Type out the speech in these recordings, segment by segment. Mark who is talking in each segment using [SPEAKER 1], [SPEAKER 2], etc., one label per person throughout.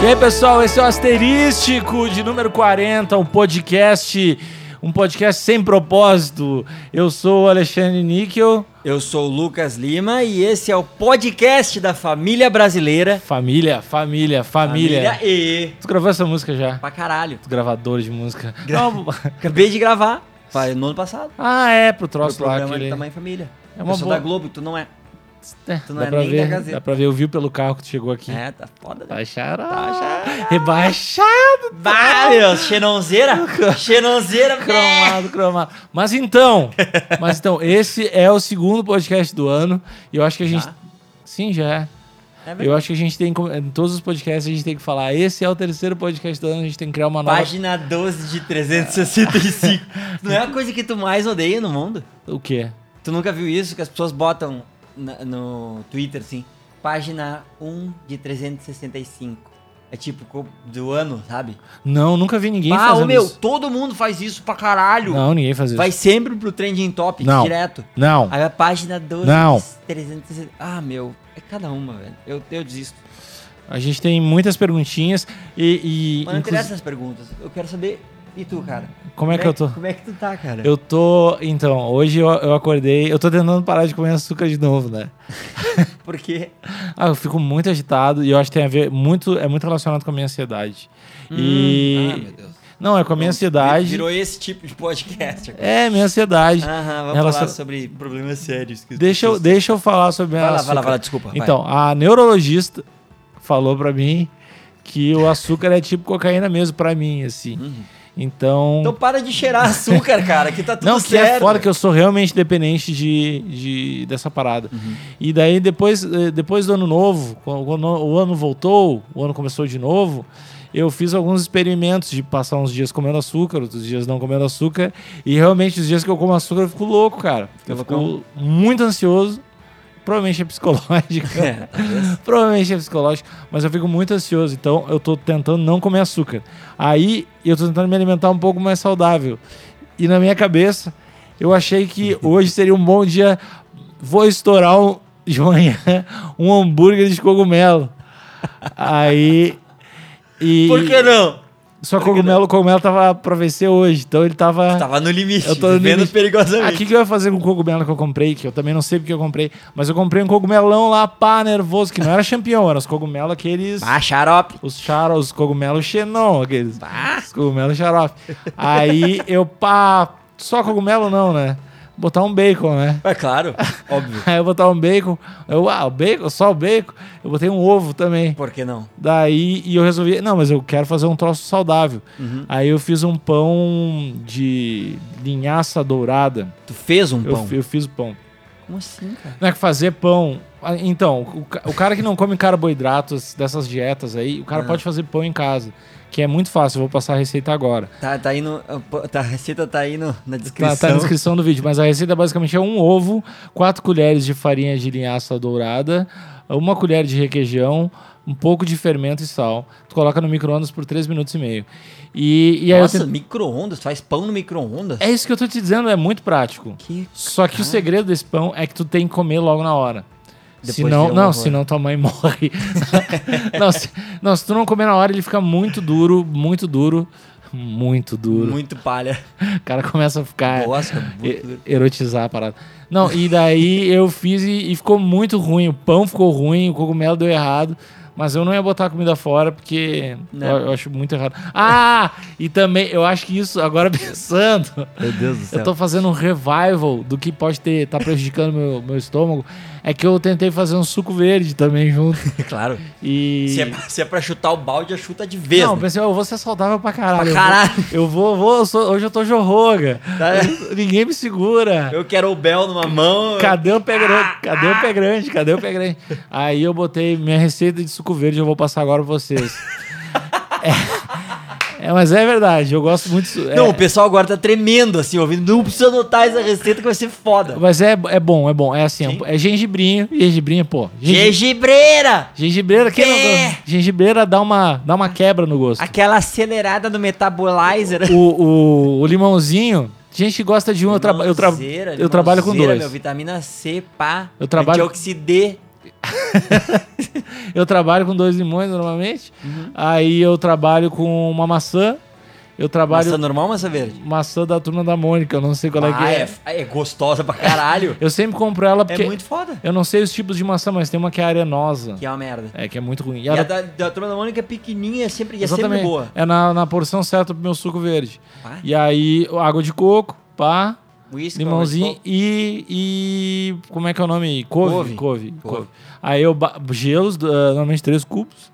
[SPEAKER 1] bem, pessoal? Esse é o Asterístico de número 40, um podcast, um podcast sem propósito. Eu sou o Alexandre Níquel,
[SPEAKER 2] Eu sou o Lucas Lima e esse é o podcast da família brasileira.
[SPEAKER 1] família, família, família.
[SPEAKER 2] E.
[SPEAKER 1] Tu gravou essa música já?
[SPEAKER 2] Pra caralho.
[SPEAKER 1] Os gravadores de música. Não,
[SPEAKER 2] Acabei de gravar. Pai, no ano passado.
[SPEAKER 1] ah, é, pro
[SPEAKER 2] Pro
[SPEAKER 1] troço lá.
[SPEAKER 2] programa
[SPEAKER 1] Aquele...
[SPEAKER 2] de Tamanho Família.
[SPEAKER 1] É uma
[SPEAKER 2] eu sou
[SPEAKER 1] boa.
[SPEAKER 2] da Globo, tu não é.
[SPEAKER 1] É,
[SPEAKER 2] Tu não
[SPEAKER 1] dá,
[SPEAKER 2] é
[SPEAKER 1] pra
[SPEAKER 2] nem da
[SPEAKER 1] ver,
[SPEAKER 2] Gazeta.
[SPEAKER 1] dá pra ver, eu vi pelo carro que tu chegou aqui.
[SPEAKER 2] É, tá foda, velho.
[SPEAKER 1] Baixará.
[SPEAKER 2] Tá chará.
[SPEAKER 1] Rebaixado.
[SPEAKER 2] Bah, meu, xenonzeira. Xenonzeira, é croma.
[SPEAKER 1] Cromado, cromado. Mas então, mas então, esse é o segundo podcast do ano. E eu acho que a gente.
[SPEAKER 2] Já?
[SPEAKER 1] Sim, já é.
[SPEAKER 2] É
[SPEAKER 1] Eu
[SPEAKER 2] verdade.
[SPEAKER 1] acho que a gente tem. que- Em todos os podcasts a gente tem que falar. Esse é o terceiro podcast do ano, a gente tem que criar uma nova.
[SPEAKER 2] Página 12 de 365. não é a coisa que tu mais odeia no mundo?
[SPEAKER 1] O quê?
[SPEAKER 2] Tu nunca viu isso que as pessoas botam na- no Twitter, assim, página 1 de 365. É tipo co- do ano, sabe?
[SPEAKER 1] Não, nunca vi ninguém
[SPEAKER 2] Ah,
[SPEAKER 1] fazendo
[SPEAKER 2] ô meu,
[SPEAKER 1] isso.
[SPEAKER 2] todo mundo faz isso pra caralho.
[SPEAKER 1] Não, ninguém faz isso.
[SPEAKER 2] Vai sempre pro trending topic
[SPEAKER 1] Não.
[SPEAKER 2] direto.
[SPEAKER 1] Não.
[SPEAKER 2] Aí a página 12
[SPEAKER 1] Não.
[SPEAKER 2] 360. Ah, meu, é cada uma, velho. Eu, eu desisto.
[SPEAKER 1] A gente tem muitas perguntinhas e. e
[SPEAKER 2] Mas não
[SPEAKER 1] inclusive-
[SPEAKER 2] interessa as perguntas. Eu quero saber. E tu, cara?
[SPEAKER 1] Como é que eu tô?
[SPEAKER 2] Como é que tu tá, cara?
[SPEAKER 1] Eu tô. Então, hoje eu, eu acordei. Eu tô tentando parar de comer açúcar de novo, né?
[SPEAKER 2] Porque.
[SPEAKER 1] Ah, eu fico muito agitado e eu acho que tem a ver muito. É muito relacionado com a minha ansiedade. e.
[SPEAKER 2] Ah, meu Deus. Então,
[SPEAKER 1] Não, é com a minha ansiedade.
[SPEAKER 2] Virou Ah, esse tipo de podcast agora.
[SPEAKER 1] É, minha ansiedade.
[SPEAKER 2] Aham, vamos
[SPEAKER 1] Relacion-
[SPEAKER 2] falar sobre problemas sérios. que as
[SPEAKER 1] Deixa eu,
[SPEAKER 2] pessoas-
[SPEAKER 1] deixa eu falar sobre a
[SPEAKER 2] Vai lá,
[SPEAKER 1] açúcar.
[SPEAKER 2] vai lá, vai lá, desculpa. vai.
[SPEAKER 1] Então, a neurologista falou pra mim que o açúcar é tipo cocaína mesmo pra mim, assim.
[SPEAKER 2] Uhum.
[SPEAKER 1] Então,
[SPEAKER 2] Então para de cheirar açúcar, cara, que tá tudo
[SPEAKER 1] não que
[SPEAKER 2] certo.
[SPEAKER 1] é fora que eu sou realmente dependente de, de dessa parada.
[SPEAKER 2] Uhum.
[SPEAKER 1] E daí depois eh, depois do ano novo, quando o ano- o ano voltou, o ano começou de novo, eu fiz alguns experimentos de passar uns dias comendo açúcar, outros dias não comendo açúcar, e realmente os dias que eu como açúcar eu fico louco, cara.
[SPEAKER 2] Fica
[SPEAKER 1] Eu
[SPEAKER 2] loucão?
[SPEAKER 1] fico muito ansioso. Provavelmente é psicológico.
[SPEAKER 2] É, talvez.
[SPEAKER 1] Provavelmente é psicológico, mas eu fico muito ansioso, então eu tô tentando não comer açúcar. Aí eu tô tentando me alimentar um pouco mais saudável. E na minha cabeça, eu achei que hoje seria um bom dia. Vou estourar um, de manhã um hambúrguer de cogumelo. Aí. E,
[SPEAKER 2] Por que não?
[SPEAKER 1] Só cogumelo, o cogumelo tava pra vencer hoje, então ele tava.
[SPEAKER 2] Tava no limite,
[SPEAKER 1] Eu tô no
[SPEAKER 2] vivendo
[SPEAKER 1] limite. Ah, O
[SPEAKER 2] perigosamente.
[SPEAKER 1] que, que eu ia fazer com o cogumelo que eu comprei? Que eu também não sei porque eu comprei. Mas eu comprei um cogumelão lá, pá, nervoso, que não era champião, eram os cogumelos aqueles.
[SPEAKER 2] Ah, xarope.
[SPEAKER 1] Os charos, os cogumelos xenon, aqueles.
[SPEAKER 2] Bah.
[SPEAKER 1] Os cogumelos xarope. Aí eu, pá, só cogumelo não, né? Botar um bacon, né?
[SPEAKER 2] É claro, óbvio.
[SPEAKER 1] Aí eu botar um bacon. Eu, ah, o bacon, só o bacon. Eu botei um ovo também.
[SPEAKER 2] Por que não?
[SPEAKER 1] Daí, e eu resolvi, não, mas eu quero fazer um troço saudável.
[SPEAKER 2] Uhum.
[SPEAKER 1] Aí eu fiz um pão de linhaça dourada.
[SPEAKER 2] Tu fez um
[SPEAKER 1] Eu,
[SPEAKER 2] pão?
[SPEAKER 1] eu fiz o pão.
[SPEAKER 2] Como assim, cara?
[SPEAKER 1] Não é que fazer pão. Ah, Então, o, ca- o cara que não come carboidratos dessas dietas aí, o cara
[SPEAKER 2] Ah.
[SPEAKER 1] pode fazer pão em casa. Que é muito fácil, eu vou passar a receita agora.
[SPEAKER 2] Tá, tá aí no... Tá, a receita tá aí no,
[SPEAKER 1] Tá,
[SPEAKER 2] na descrição.
[SPEAKER 1] tá na descrição do vídeo, mas a receita basicamente é um ovo, quatro colheres de farinha de linhaça dourada, uma colher de requeijão, um pouco de fermento e sal. Tu coloca no micro-ondas por três minutos e meio. E, e aí eu
[SPEAKER 2] Nossa,
[SPEAKER 1] tento-
[SPEAKER 2] micro-ondas, faz pão no micro-ondas?
[SPEAKER 1] É isso que eu tô te dizendo, é muito prático.
[SPEAKER 2] Que...
[SPEAKER 1] Só que o segredo desse pão é que tu tem que comer logo na hora.
[SPEAKER 2] Depois
[SPEAKER 1] senão,
[SPEAKER 2] vira um
[SPEAKER 1] não,
[SPEAKER 2] horror.
[SPEAKER 1] senão tua mãe morre. não, se, não, se tu não comer na hora, ele fica muito duro, muito duro, muito duro.
[SPEAKER 2] Muito palha.
[SPEAKER 1] O cara começa a ficar
[SPEAKER 2] Nossa,
[SPEAKER 1] É. e-
[SPEAKER 2] muito...
[SPEAKER 1] erotizar a parada. Não, e daí eu fiz e, e ficou muito ruim. O pão ficou ruim, o cogumelo deu errado. Mas eu não ia botar a comida fora porque eu,
[SPEAKER 2] Não.
[SPEAKER 1] eu acho muito errado. Ah, e também eu acho que isso, agora pensando,
[SPEAKER 2] Meu Deus do
[SPEAKER 1] eu tô fazendo um revival do que pode ter tá prejudicando meu, meu estômago. É que eu tentei fazer um suco verde também junto.
[SPEAKER 2] Claro.
[SPEAKER 1] E.
[SPEAKER 2] Se é, pra, se é pra chutar o balde, a chuta de vez.
[SPEAKER 1] Não, eu
[SPEAKER 2] né?
[SPEAKER 1] pensei, eu vou ser saudável pra caralho.
[SPEAKER 2] Pra caralho.
[SPEAKER 1] Eu vou, eu vou, eu sou- hoje eu tô jorroga.
[SPEAKER 2] Tá.
[SPEAKER 1] Ninguém me segura.
[SPEAKER 2] Eu quero o Bel numa mão.
[SPEAKER 1] Cadê o pé grande? Cadê o pé grande? Cadê o pé grande? Aí eu botei minha receita de suco verde, eu vou passar agora pra vocês. É, é, mas é verdade, eu gosto muito. de su- é-
[SPEAKER 2] Não, o pessoal agora tá tremendo, assim, ouvindo. Não precisa anotar essa receita que vai ser foda.
[SPEAKER 1] mas é, é bom, é bom. É assim,
[SPEAKER 2] Sim.
[SPEAKER 1] é, gengibrinho. Gengibrinho, pô. gengi-
[SPEAKER 2] Gengibreira!
[SPEAKER 1] Gengibreira, quem não
[SPEAKER 2] É.
[SPEAKER 1] gosta? Gengibreira dá uma, dá uma quebra no gosto.
[SPEAKER 2] Aquela acelerada no metabolizer.
[SPEAKER 1] O, o, o limãozinho, gente que gosta de um, eu, traba- eu, tra-
[SPEAKER 2] Limonzeira,
[SPEAKER 1] eu trabalho com
[SPEAKER 2] limonzeira,
[SPEAKER 1] dois.
[SPEAKER 2] Meu, vitamina C, pá.
[SPEAKER 1] Eu trabalho-
[SPEAKER 2] Antioxidê.
[SPEAKER 1] eu trabalho com dois limões normalmente.
[SPEAKER 2] Uhum.
[SPEAKER 1] Aí eu trabalho com uma maçã. Eu trabalho
[SPEAKER 2] Maçã
[SPEAKER 1] maçã,
[SPEAKER 2] normal ou maçã verde? da turma da Mônica, eu não sei qual é que ah,
[SPEAKER 1] é.
[SPEAKER 2] é, f- é gostosa pra caralho.
[SPEAKER 1] Eu sempre compro ela porque
[SPEAKER 2] é muito foda.
[SPEAKER 1] eu não sei os tipos de maçã, mas tem uma que é arenosa.
[SPEAKER 2] Que é uma merda.
[SPEAKER 1] É, que é muito ruim. E
[SPEAKER 2] E
[SPEAKER 1] ela-
[SPEAKER 2] a da, da turma da Mônica é pequenininha é sempre, e é sempre
[SPEAKER 1] Exatamente.
[SPEAKER 2] boa.
[SPEAKER 1] É na, na porção certa pro meu suco verde.
[SPEAKER 2] Pá,
[SPEAKER 1] E aí, água de coco, pá,
[SPEAKER 2] whisky,
[SPEAKER 1] limãozinho
[SPEAKER 2] uma
[SPEAKER 1] e, e. Como é que é o nome? Couve.
[SPEAKER 2] Couve.
[SPEAKER 1] Couve.
[SPEAKER 2] Couve.
[SPEAKER 1] couve. Aí eu. ba- Gelos, ah, normalmente três cubos.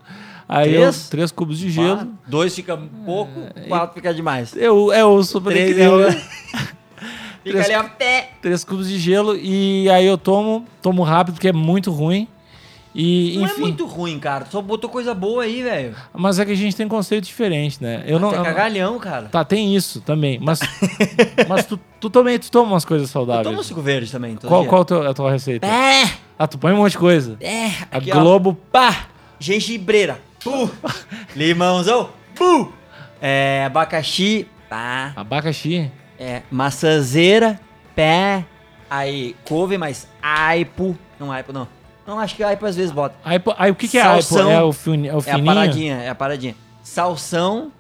[SPEAKER 1] Aí
[SPEAKER 2] Três?
[SPEAKER 1] eu. Três cubos de
[SPEAKER 2] Whisky, pá.
[SPEAKER 1] gelo. É,
[SPEAKER 2] Dois fica pouco, quatro fica demais.
[SPEAKER 1] Eu, é, eu sou
[SPEAKER 2] Três
[SPEAKER 1] eu-
[SPEAKER 2] é Fica
[SPEAKER 1] Três-
[SPEAKER 2] ali a pé.
[SPEAKER 1] três cubos de gelo e aí eu tomo, tomo rápido, porque é muito ruim. E,
[SPEAKER 2] Não
[SPEAKER 1] enfim.
[SPEAKER 2] é muito ruim, cara. Tu só botou coisa boa aí, velho.
[SPEAKER 1] Mas é que a gente tem conceito diferente, né? Eu não.
[SPEAKER 2] Tá
[SPEAKER 1] eu-
[SPEAKER 2] cagalhão, cara.
[SPEAKER 1] Tá, tem isso também. Mas, mas tu, tu também tu toma umas coisas
[SPEAKER 2] Eu
[SPEAKER 1] saudáveis.
[SPEAKER 2] tomo suco verde também. todo
[SPEAKER 1] Qual,
[SPEAKER 2] dia.
[SPEAKER 1] qual a tua- a tua receita?
[SPEAKER 2] É,
[SPEAKER 1] Ah, tu põe um monte de coisa.
[SPEAKER 2] é.
[SPEAKER 1] A
[SPEAKER 2] Aqui, ó.
[SPEAKER 1] Globo.
[SPEAKER 2] Pá! Gengibreira. Pu! Limãozão. Pu! É, abacaxi. Pá.
[SPEAKER 1] Abacaxi.
[SPEAKER 2] É, maçãzeira. Pé. Aí, couve, mas aipo. Não, aipo não. Não, acho que aipo às vezes bota.
[SPEAKER 1] Aí, pô- aí o que, que é aipo?
[SPEAKER 2] Salsão.
[SPEAKER 1] É o, fin, é o
[SPEAKER 2] É a
[SPEAKER 1] fininho?
[SPEAKER 2] paradinha, é a paradinha. Salsão.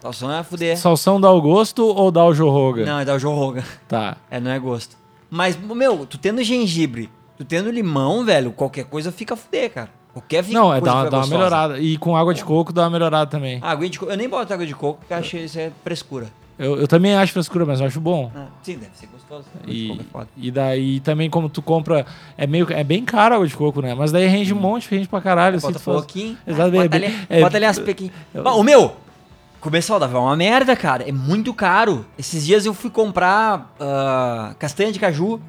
[SPEAKER 2] Salsão é a fuder.
[SPEAKER 1] Salsão dá o gosto ou dá o jorroga?
[SPEAKER 2] Não, é da Joe Rogan.
[SPEAKER 1] Tá.
[SPEAKER 2] É, não é gosto. Mas, meu, tu tendo gengibre, tu tendo limão, velho, qualquer coisa fica a fuder, cara. Qualquer
[SPEAKER 1] Não, é
[SPEAKER 2] coisa
[SPEAKER 1] dá,
[SPEAKER 2] fica
[SPEAKER 1] dá uma
[SPEAKER 2] gostosa.
[SPEAKER 1] melhorada. E com água de coco dá uma melhorada também.
[SPEAKER 2] Ah, aguinha de coco. Eu nem boto água de coco, porque eu acho isso é frescura.
[SPEAKER 1] Eu, eu também acho frescura, mas eu acho bom.
[SPEAKER 2] Ah, sim, deve ser gostoso. Água de
[SPEAKER 1] E,
[SPEAKER 2] coco é foda.
[SPEAKER 1] e daí também como tu compra é meio é bem caro a água de coco né mas daí rende um monte rende pra caralho assim,
[SPEAKER 2] Hum. Bota
[SPEAKER 1] tu faz-
[SPEAKER 2] pouquinho. ah,
[SPEAKER 1] Exato,
[SPEAKER 2] bota,
[SPEAKER 1] é
[SPEAKER 2] ali,
[SPEAKER 1] bem- é-
[SPEAKER 2] bota ali as pequinhas. Bah, o meu, comer saudável é uma merda, cara. É muito caro. Esses dias eu fui comprar ah, castanha de caju.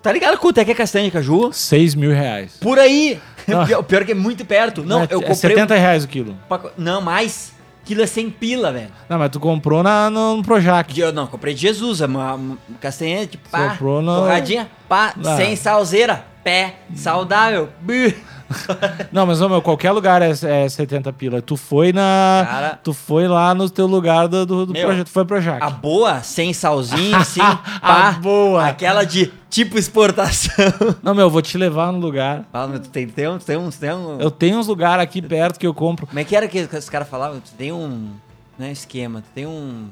[SPEAKER 2] Tá ligado quanto é que é castanha de caju?
[SPEAKER 1] 6 mil reais
[SPEAKER 2] Por aí.
[SPEAKER 1] Ah.
[SPEAKER 2] O pior que é muito perto. Não,
[SPEAKER 1] Mas
[SPEAKER 2] eu
[SPEAKER 1] é
[SPEAKER 2] comprei... um
[SPEAKER 1] 70 reais o quilo
[SPEAKER 2] Paco- Não, mais. Quilo é 100 pila, velho.
[SPEAKER 1] não mas tu comprou na no, no Projac
[SPEAKER 2] De- Eu não, comprei de Jesus, é uma, uma castanhete, pá,
[SPEAKER 1] Soprou na- Ah.
[SPEAKER 2] torradinha, pá,
[SPEAKER 1] Na-
[SPEAKER 2] sem salzeira, pé, saudável. bu.
[SPEAKER 1] não mas ô, meu qualquer lugar é, é 70 pila tu foi na
[SPEAKER 2] Cara.
[SPEAKER 1] tu foi lá no teu lugar do, do, do
[SPEAKER 2] Meu,
[SPEAKER 1] projeto tu foi Projac
[SPEAKER 2] A boa, sem salzinho, sim,
[SPEAKER 1] A
[SPEAKER 2] pá.
[SPEAKER 1] boa.
[SPEAKER 2] Aquela de tipo exportação.
[SPEAKER 1] não meu eu vou te levar no lugar
[SPEAKER 2] Fala, meu, tu tem, tem um, tem um, tem um...
[SPEAKER 1] eu tenho uns lugares aqui perto que eu compro
[SPEAKER 2] Como é que era que os caras falavam? Tu tem um, não é esquema, tu tem um...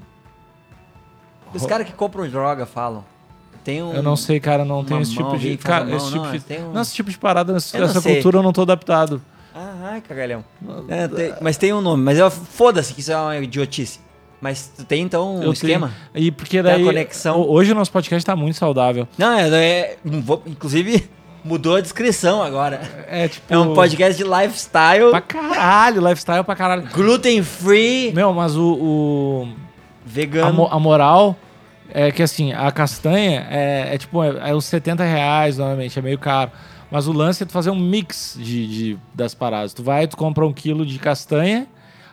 [SPEAKER 2] Os caras que compram droga falam. Tu Tem um...
[SPEAKER 1] eu não sei, cara, não tenho esse
[SPEAKER 2] mão,
[SPEAKER 1] tipo de.
[SPEAKER 2] alguém faz a
[SPEAKER 1] Cara,
[SPEAKER 2] mão,
[SPEAKER 1] esse
[SPEAKER 2] não,
[SPEAKER 1] tipo de.
[SPEAKER 2] tem um-
[SPEAKER 1] Não, esse tipo de parada,
[SPEAKER 2] Eu não
[SPEAKER 1] essa
[SPEAKER 2] sei.
[SPEAKER 1] cultura eu não tô adaptado.
[SPEAKER 2] Ah, ai, cagalhão. É, tem- mas tem um nome, mas eu- foda-se que isso é uma idiotice. Mas tu tem então um
[SPEAKER 1] Eu
[SPEAKER 2] esquema?
[SPEAKER 1] tenho- E porque
[SPEAKER 2] Tem a
[SPEAKER 1] daí.
[SPEAKER 2] conexão.
[SPEAKER 1] ho- Hoje o nosso podcast tá muito saudável.
[SPEAKER 2] Não, é, é- vou- inclusive mudou a descrição agora.
[SPEAKER 1] É tipo.
[SPEAKER 2] É um podcast de lifestyle,
[SPEAKER 1] Pra caralho, lifestyle pra caralho.
[SPEAKER 2] gluten free,
[SPEAKER 1] Meu, mas o. o- a,
[SPEAKER 2] vegano.
[SPEAKER 1] mo- a moral é que assim, a castanha é, é tipo. É, é uns 70 reais normalmente, é meio caro. Mas o lance é tu fazer um mix de, de- das paradas. Tu vai, tu compra um quilo de castanha,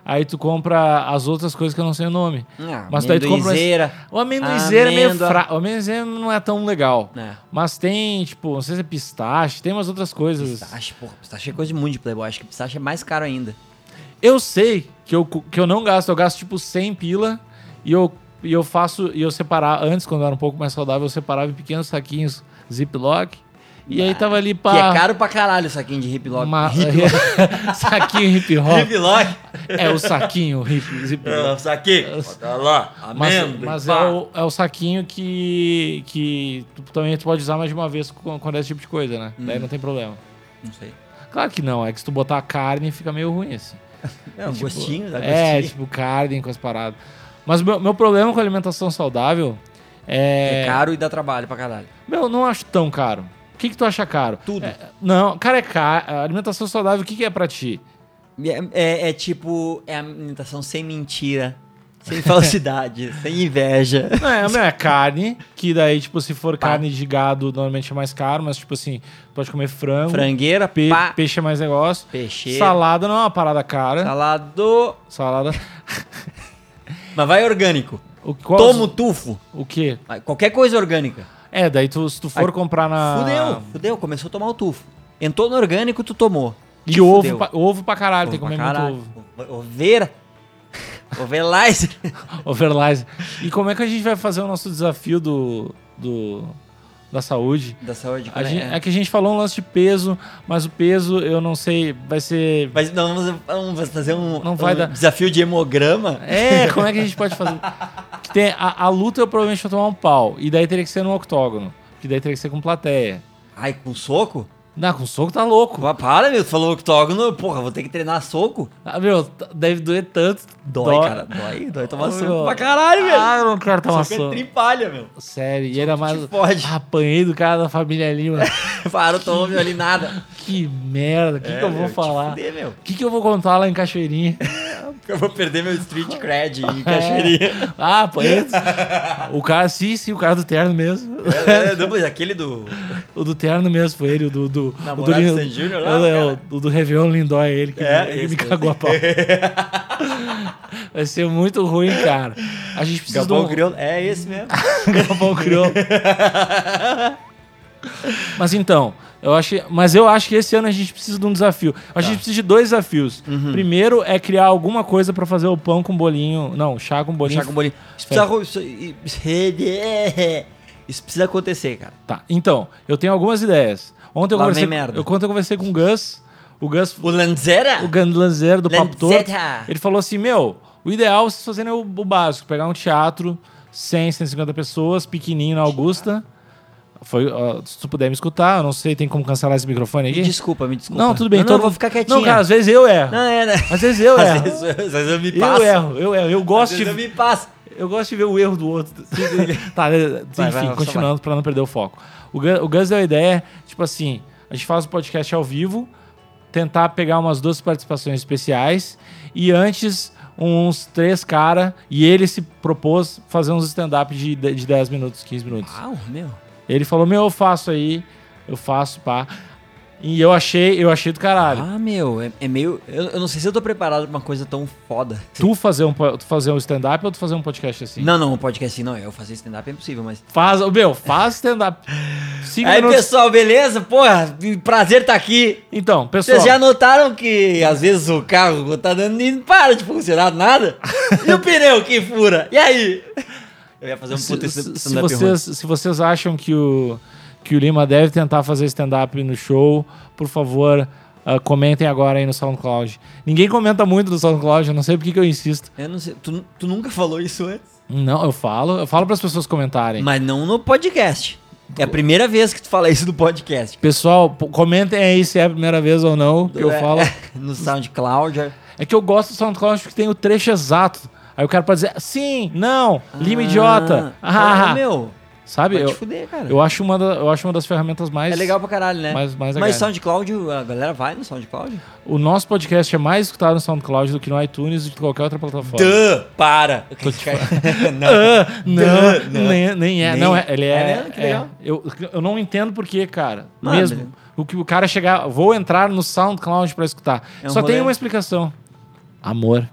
[SPEAKER 1] aí tu compra as outras coisas que eu não sei o nome.
[SPEAKER 2] Ah,
[SPEAKER 1] Mas daí tu compra umas-
[SPEAKER 2] amendoinzeira.
[SPEAKER 1] O amendoizeiro é meio
[SPEAKER 2] Amêndoa.
[SPEAKER 1] fraco. O amendoizeiro não é tão legal.
[SPEAKER 2] É.
[SPEAKER 1] Mas tem, tipo, não sei se é pistache, tem umas outras coisas.
[SPEAKER 2] Pistache, porra, pistache é coisa de muito de playboy. Acho que pistache é mais caro ainda.
[SPEAKER 1] Eu sei que eu, que eu não gasto, eu gasto tipo 100 pila e eu, e eu faço, e eu separar, antes quando eu era um pouco mais saudável, eu separava em pequenos saquinhos Ziploc e aí tava ali pra...
[SPEAKER 2] Que é caro pra caralho o saquinho de hip lock.
[SPEAKER 1] uma-
[SPEAKER 2] Hip
[SPEAKER 1] saquinho hip hop.
[SPEAKER 2] hip lock.
[SPEAKER 1] é o saquinho hip, zip
[SPEAKER 2] Ah, Saquinho. Bota lá.
[SPEAKER 1] Mas,
[SPEAKER 2] Amendo.
[SPEAKER 1] mas é, o, é o saquinho que, que tu, também tu pode usar mais de uma vez com- quando é esse tipo de coisa, né? Daí
[SPEAKER 2] Uhum.
[SPEAKER 1] não tem problema.
[SPEAKER 2] Não sei.
[SPEAKER 1] Claro que não, é que se tu botar a carne fica meio ruim assim.
[SPEAKER 2] É um
[SPEAKER 1] Tipo,
[SPEAKER 2] gostinho, dá
[SPEAKER 1] É,
[SPEAKER 2] gostinho.
[SPEAKER 1] tipo carne com as paradas. Mas o meu, meu problema com a alimentação saudável é.
[SPEAKER 2] É caro e dá trabalho pra caralho.
[SPEAKER 1] Meu, eu não acho tão caro. O que, que tu acha caro?
[SPEAKER 2] Tudo.
[SPEAKER 1] É, não, cara, é caro. A alimentação saudável, o que, que é pra ti?
[SPEAKER 2] É, é- é tipo, é a alimentação sem mentira, sem falsidade, sem inveja.
[SPEAKER 1] Não, é, meu, é carne, que daí, tipo, se for
[SPEAKER 2] Pá.
[SPEAKER 1] carne de gado, normalmente é mais caro, mas, tipo assim, pode comer frango,
[SPEAKER 2] Frangueira,
[SPEAKER 1] pe-
[SPEAKER 2] pá,
[SPEAKER 1] peixe é mais negócio.
[SPEAKER 2] peixe,
[SPEAKER 1] Salada não é uma parada cara.
[SPEAKER 2] salado.
[SPEAKER 1] Salada.
[SPEAKER 2] Mas vai orgânico.
[SPEAKER 1] O, qual-
[SPEAKER 2] Toma o tufo.
[SPEAKER 1] O quê?
[SPEAKER 2] Vai, Qualquer coisa orgânica.
[SPEAKER 1] É, daí tu, se tu for
[SPEAKER 2] Ai,
[SPEAKER 1] comprar na.
[SPEAKER 2] Fudeu, fudeu, começou a tomar o tufo. Entrou no orgânico, tu tomou.
[SPEAKER 1] E ovo
[SPEAKER 2] Fudeu.
[SPEAKER 1] pra, ovo pra caralho, tem que
[SPEAKER 2] Ovo
[SPEAKER 1] comer
[SPEAKER 2] pra caralho.
[SPEAKER 1] muito ovo.
[SPEAKER 2] O- Oveira. Ovelizer.
[SPEAKER 1] Overlizer. E como é que a gente vai fazer o nosso desafio do. do da saúde.
[SPEAKER 2] da saúde.
[SPEAKER 1] A
[SPEAKER 2] cara,
[SPEAKER 1] gente-
[SPEAKER 2] é.
[SPEAKER 1] é que a gente falou um lance de peso, mas o peso, eu não sei, vai ser
[SPEAKER 2] Mas não vamos, vamos fazer um,
[SPEAKER 1] Não vai
[SPEAKER 2] um
[SPEAKER 1] dar.
[SPEAKER 2] desafio de hemograma.
[SPEAKER 1] É, como é que a gente pode fazer? Que tem- a, a luta eu provavelmente vou tomar um pau. E daí teria que ser no octógono. Que daí teria que ser com plateia.
[SPEAKER 2] Ai, com soco?
[SPEAKER 1] Não, com soco tá louco.
[SPEAKER 2] Pô, para, meu, tu falou octógono, porra, vou ter que treinar soco.
[SPEAKER 1] Ah, meu, t- deve doer tanto.
[SPEAKER 2] Dói,
[SPEAKER 1] Dó-
[SPEAKER 2] cara, dói, dói tomar
[SPEAKER 1] Ô,
[SPEAKER 2] soco
[SPEAKER 1] meu.
[SPEAKER 2] pra caralho, velho.
[SPEAKER 1] Ah, eu não quero tomar
[SPEAKER 2] soco é
[SPEAKER 1] soco.
[SPEAKER 2] tripalha, meu.
[SPEAKER 1] Sério, e era mais.
[SPEAKER 2] te fode.
[SPEAKER 1] Ah, Apanhei do cara da família Lima.
[SPEAKER 2] Para, eu tô ali nada.
[SPEAKER 1] que merda, o que, que eu vou
[SPEAKER 2] te
[SPEAKER 1] falar?
[SPEAKER 2] fuder, É, meu.
[SPEAKER 1] O que, que eu vou contar lá em Cachoeirinha?
[SPEAKER 2] Eu vou perder meu street cred
[SPEAKER 1] É.
[SPEAKER 2] em cachoeirinha.
[SPEAKER 1] Ah, apanhei. o cara, sim, sim, o cara do terno mesmo.
[SPEAKER 2] É, não, mas aquele do.
[SPEAKER 1] O do terno mesmo foi ele, o do. do
[SPEAKER 2] Namorado
[SPEAKER 1] o do, Lin-
[SPEAKER 2] do San Júnior lá,
[SPEAKER 1] é,
[SPEAKER 2] cara?
[SPEAKER 1] o, o do Réveillon Lindói, ele que,
[SPEAKER 2] É,
[SPEAKER 1] ele me
[SPEAKER 2] esse
[SPEAKER 1] cagou a pau. Vai ser muito ruim, cara. A gente precisa um
[SPEAKER 2] Galpão
[SPEAKER 1] do. Ah,
[SPEAKER 2] Crioulo. É esse mesmo.
[SPEAKER 1] Galpão Crioulo. Mas então, eu acho, mas eu acho que esse ano a gente precisa de um desafio. A
[SPEAKER 2] Tá.
[SPEAKER 1] gente precisa de dois desafios.
[SPEAKER 2] Uhum.
[SPEAKER 1] Primeiro é criar alguma coisa pra fazer o pão com bolinho. Não, chá com bolinho.
[SPEAKER 2] Chá com bolinho. Isso precisa, arru- isso- isso- isso precisa acontecer, cara.
[SPEAKER 1] Tá, então, eu tenho algumas ideias. Ontem eu
[SPEAKER 2] Lá
[SPEAKER 1] conversei,
[SPEAKER 2] vem merda.
[SPEAKER 1] eu, ontem eu conversei com o Gus. O Gus
[SPEAKER 2] O Lanzera?
[SPEAKER 1] o Gandlanzeiro do Papo Torto,
[SPEAKER 2] Lanzetta.
[SPEAKER 1] ele falou assim, meu, o ideal é vocês fazerem o, o básico, pegar um teatro, 100, 150 pessoas, pequenininho na Augusta. Foi, ó, se tu puder me escutar, eu não sei, tem como cancelar esse microfone
[SPEAKER 2] Me
[SPEAKER 1] aqui?
[SPEAKER 2] desculpa, me desculpa.
[SPEAKER 1] Não, tudo bem.
[SPEAKER 2] Eu não
[SPEAKER 1] todo
[SPEAKER 2] vou
[SPEAKER 1] mundo-
[SPEAKER 2] ficar quietinho.
[SPEAKER 1] Não, cara, às vezes eu erro.
[SPEAKER 2] Não, é, né?
[SPEAKER 1] Às vezes eu erro.
[SPEAKER 2] Às vezes, às vezes eu me passo.
[SPEAKER 1] eu erro, eu erro. Eu
[SPEAKER 2] Às
[SPEAKER 1] gosto
[SPEAKER 2] vezes é eu
[SPEAKER 1] de...
[SPEAKER 2] me passo.
[SPEAKER 1] Eu gosto de ver o erro do outro. tá, né,
[SPEAKER 2] Vai,
[SPEAKER 1] enfim,
[SPEAKER 2] vai, só
[SPEAKER 1] continuando pra não perder o foco. O Gus, o Gus deu a ideia, tipo assim, a gente faz o podcast ao vivo, tentar pegar umas duas participações especiais e antes uns três cara e ele se propôs fazer uns stand-up de, de de 10 minutos, 15 minutos.
[SPEAKER 2] Uau, meu.
[SPEAKER 1] Ele falou, meu, eu faço aí, eu faço, pá. E eu achei, eu achei do caralho.
[SPEAKER 2] Ah, meu, é, é meio. Eu, eu não sei se eu tô preparado pra uma coisa tão foda.
[SPEAKER 1] Tu fazer um, po- tu fazer um stand-up ou tu fazer um podcast assim?
[SPEAKER 2] Não, não, um podcast assim não. Eu fazer stand-up é impossível, mas.
[SPEAKER 1] Faz, meu, faz stand-up. Cinco
[SPEAKER 2] Aí,
[SPEAKER 1] minutos.
[SPEAKER 2] pessoal, beleza? Porra, prazer tá aqui.
[SPEAKER 1] Então, pessoal.
[SPEAKER 2] Vocês já notaram que às vezes o carro quando tá dando e não para de funcionar nada? E o pneu que fura? E aí? Eu ia fazer um puta
[SPEAKER 1] se, se- se
[SPEAKER 2] stand-up ruim.
[SPEAKER 1] vocês, se vocês acham que o, que o Lima deve tentar fazer stand-up no show, por favor, ah, comentem agora aí no SoundCloud. Ninguém comenta muito do SoundCloud, eu não sei por que que eu insisto.
[SPEAKER 2] Eu não sei, tu, tu nunca falou isso antes?
[SPEAKER 1] Não, eu falo, eu falo para as pessoas comentarem.
[SPEAKER 2] Mas não no podcast. É a primeira vez que tu fala isso no podcast.
[SPEAKER 1] Pessoal, p- comentem aí se é a primeira vez ou não que eu
[SPEAKER 2] É,
[SPEAKER 1] falo.
[SPEAKER 2] No SoundCloud. é.
[SPEAKER 1] É que eu gosto do SoundCloud porque tem o trecho exato. Aí o cara pode dizer sim, não, Lima
[SPEAKER 2] Ah,
[SPEAKER 1] idiota.
[SPEAKER 2] Ah,
[SPEAKER 1] Ah,
[SPEAKER 2] meu.
[SPEAKER 1] sabe?
[SPEAKER 2] Vai
[SPEAKER 1] Eu,
[SPEAKER 2] te fuder, cara.
[SPEAKER 1] eu, acho uma da- eu acho uma das ferramentas mais.
[SPEAKER 2] é legal pra caralho, né?
[SPEAKER 1] mas- mas
[SPEAKER 2] Mas
[SPEAKER 1] agora-
[SPEAKER 2] SoundCloud, a galera vai no SoundCloud?
[SPEAKER 1] O nosso podcast é mais escutado no SoundCloud do que no iTunes e de qualquer outra plataforma.
[SPEAKER 2] Duh, para. não.
[SPEAKER 1] Ah, não,
[SPEAKER 2] Duh, não.
[SPEAKER 1] Nem, nem é.
[SPEAKER 2] Nem.
[SPEAKER 1] Não, é, ele é.
[SPEAKER 2] É, né? Que
[SPEAKER 1] é.
[SPEAKER 2] legal.
[SPEAKER 1] eu, eu não entendo por quê, cara.
[SPEAKER 2] Mano.
[SPEAKER 1] Mesmo. O que o cara chegar. Vou entrar no SoundCloud pra escutar.
[SPEAKER 2] É um
[SPEAKER 1] Só tem
[SPEAKER 2] rolê.
[SPEAKER 1] uma explicação: amor.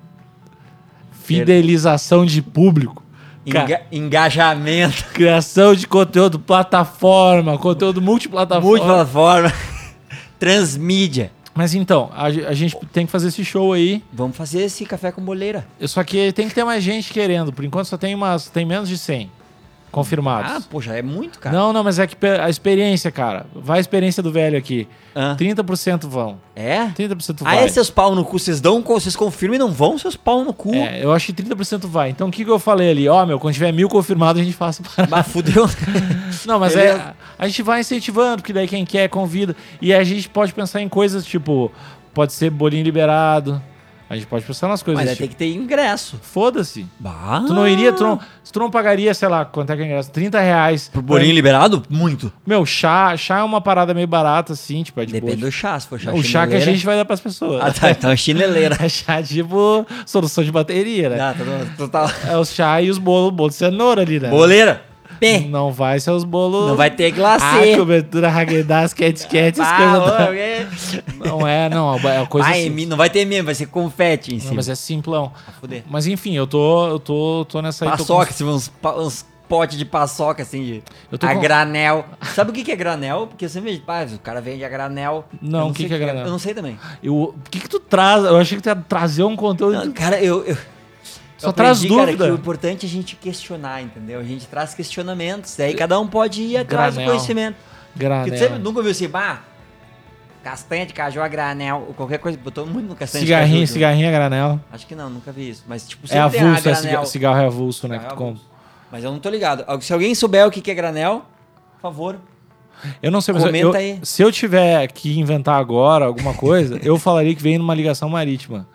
[SPEAKER 1] Fidelização de público. Cara,
[SPEAKER 2] Enga- engajamento.
[SPEAKER 1] criação de conteúdo, plataforma, conteúdo multiplataforma.
[SPEAKER 2] Multiplataforma. Transmídia.
[SPEAKER 1] Mas então, a, ge- a gente tem que fazer esse show aí.
[SPEAKER 2] Vamos fazer esse café com boleira.
[SPEAKER 1] Só que tem que ter mais gente querendo. Por enquanto só tem umas. Tem menos de 100
[SPEAKER 2] Ah,
[SPEAKER 1] confirmados.
[SPEAKER 2] poxa, é muito, cara.
[SPEAKER 1] Não, não, mas é que pe- a experiência, cara. Vai a experiência do velho aqui.
[SPEAKER 2] Ah.
[SPEAKER 1] 30% vão.
[SPEAKER 2] É?
[SPEAKER 1] 30% vai.
[SPEAKER 2] Aí seus pau no cu, vocês dão, um vocês confirmam e não vão, seus pau no cu.
[SPEAKER 1] É, eu acho que 30% vai. Então o que, que eu falei ali? Ó, meu, quando tiver mil confirmados, a gente faça.
[SPEAKER 2] Mas fudeu.
[SPEAKER 1] Não, mas
[SPEAKER 2] Beleza.
[SPEAKER 1] é. A gente vai incentivando, porque daí quem quer convida. E a gente pode pensar em coisas tipo. Pode ser bolinho liberado. A gente pode pensar nas coisas.
[SPEAKER 2] Mas aí tem
[SPEAKER 1] Tipo,
[SPEAKER 2] que ter ingresso.
[SPEAKER 1] Foda-se.
[SPEAKER 2] Bah.
[SPEAKER 1] Tu não iria, tu não, se tu não pagaria, sei lá, quanto é que é o ingresso? 30 reais.
[SPEAKER 2] Pro bolinho liberado? Muito.
[SPEAKER 1] Meu, chá, chá é uma parada meio barata, assim, tipo, é de
[SPEAKER 2] Depende
[SPEAKER 1] boa.
[SPEAKER 2] do chá, se for chá
[SPEAKER 1] O chá que a
[SPEAKER 2] chineleira.
[SPEAKER 1] gente vai dar pras pessoas.
[SPEAKER 2] Ah, tá, então é chineleira.
[SPEAKER 1] É chá tipo solução de bateria, né?
[SPEAKER 2] Ah, tá, tá, tá.
[SPEAKER 1] É os chá e os bolos, bolo de cenoura ali, né?
[SPEAKER 2] Boleira. Bem,
[SPEAKER 1] Não vai ser os bolos.
[SPEAKER 2] não vai ter
[SPEAKER 1] Ah,
[SPEAKER 2] glacê.
[SPEAKER 1] cobertura, raguedas, cat cat, as
[SPEAKER 2] Ah,
[SPEAKER 1] coisas.
[SPEAKER 2] ô,
[SPEAKER 1] da-
[SPEAKER 2] é.
[SPEAKER 1] Não é, não, é uma coisa
[SPEAKER 2] Vai,
[SPEAKER 1] assim.
[SPEAKER 2] mi- não vai ter mesmo, vai ser confete em
[SPEAKER 1] Não,
[SPEAKER 2] cima.
[SPEAKER 1] mas é simplão.
[SPEAKER 2] Ah, fuder.
[SPEAKER 1] Mas enfim, eu tô, eu tô, tô nessa aí. tô com-
[SPEAKER 2] Paçoca, tipo, uns, pa- uns potes de paçoca, assim, de
[SPEAKER 1] Eu tô
[SPEAKER 2] a
[SPEAKER 1] com-
[SPEAKER 2] granel. Sabe o que que é granel? Porque eu sempre vejo, pá, o cara vende a granel.
[SPEAKER 1] Não,
[SPEAKER 2] Eu
[SPEAKER 1] o que
[SPEAKER 2] sei
[SPEAKER 1] que é granel?
[SPEAKER 2] Eu não sei também.
[SPEAKER 1] eu- O que que tu traz? Eu achei que tu ia trazer um conteúdo.
[SPEAKER 2] Não, cara, eu, eu,
[SPEAKER 1] Só traz
[SPEAKER 2] aprendi, cara,
[SPEAKER 1] dúvida.
[SPEAKER 2] que o importante é a gente questionar, entendeu? A gente traz questionamentos, daí cada um pode ir atrás
[SPEAKER 1] Granel.
[SPEAKER 2] do conhecimento. Porque
[SPEAKER 1] Granel.
[SPEAKER 2] tu sempre nunca ouviu assim, bah, castanha de caju a granel, ou qualquer coisa, botou muito no castanha
[SPEAKER 1] Cigarrinho,
[SPEAKER 2] de caju. né?
[SPEAKER 1] cigarrinho é granel.
[SPEAKER 2] Acho que não, nunca vi isso. Mas tipo,
[SPEAKER 1] É
[SPEAKER 2] sempre tem a
[SPEAKER 1] avulso, é
[SPEAKER 2] granel.
[SPEAKER 1] ciga- cigarro é avulso, né? Que tu
[SPEAKER 2] Cigarro
[SPEAKER 1] compra.
[SPEAKER 2] Mas eu não tô ligado. Se alguém souber o que que é granel, por favor.
[SPEAKER 1] Eu não sei, mas eu-
[SPEAKER 2] Comenta
[SPEAKER 1] eu-
[SPEAKER 2] aí.
[SPEAKER 1] se eu tiver que inventar agora alguma coisa, eu falaria que vem numa ligação marítima.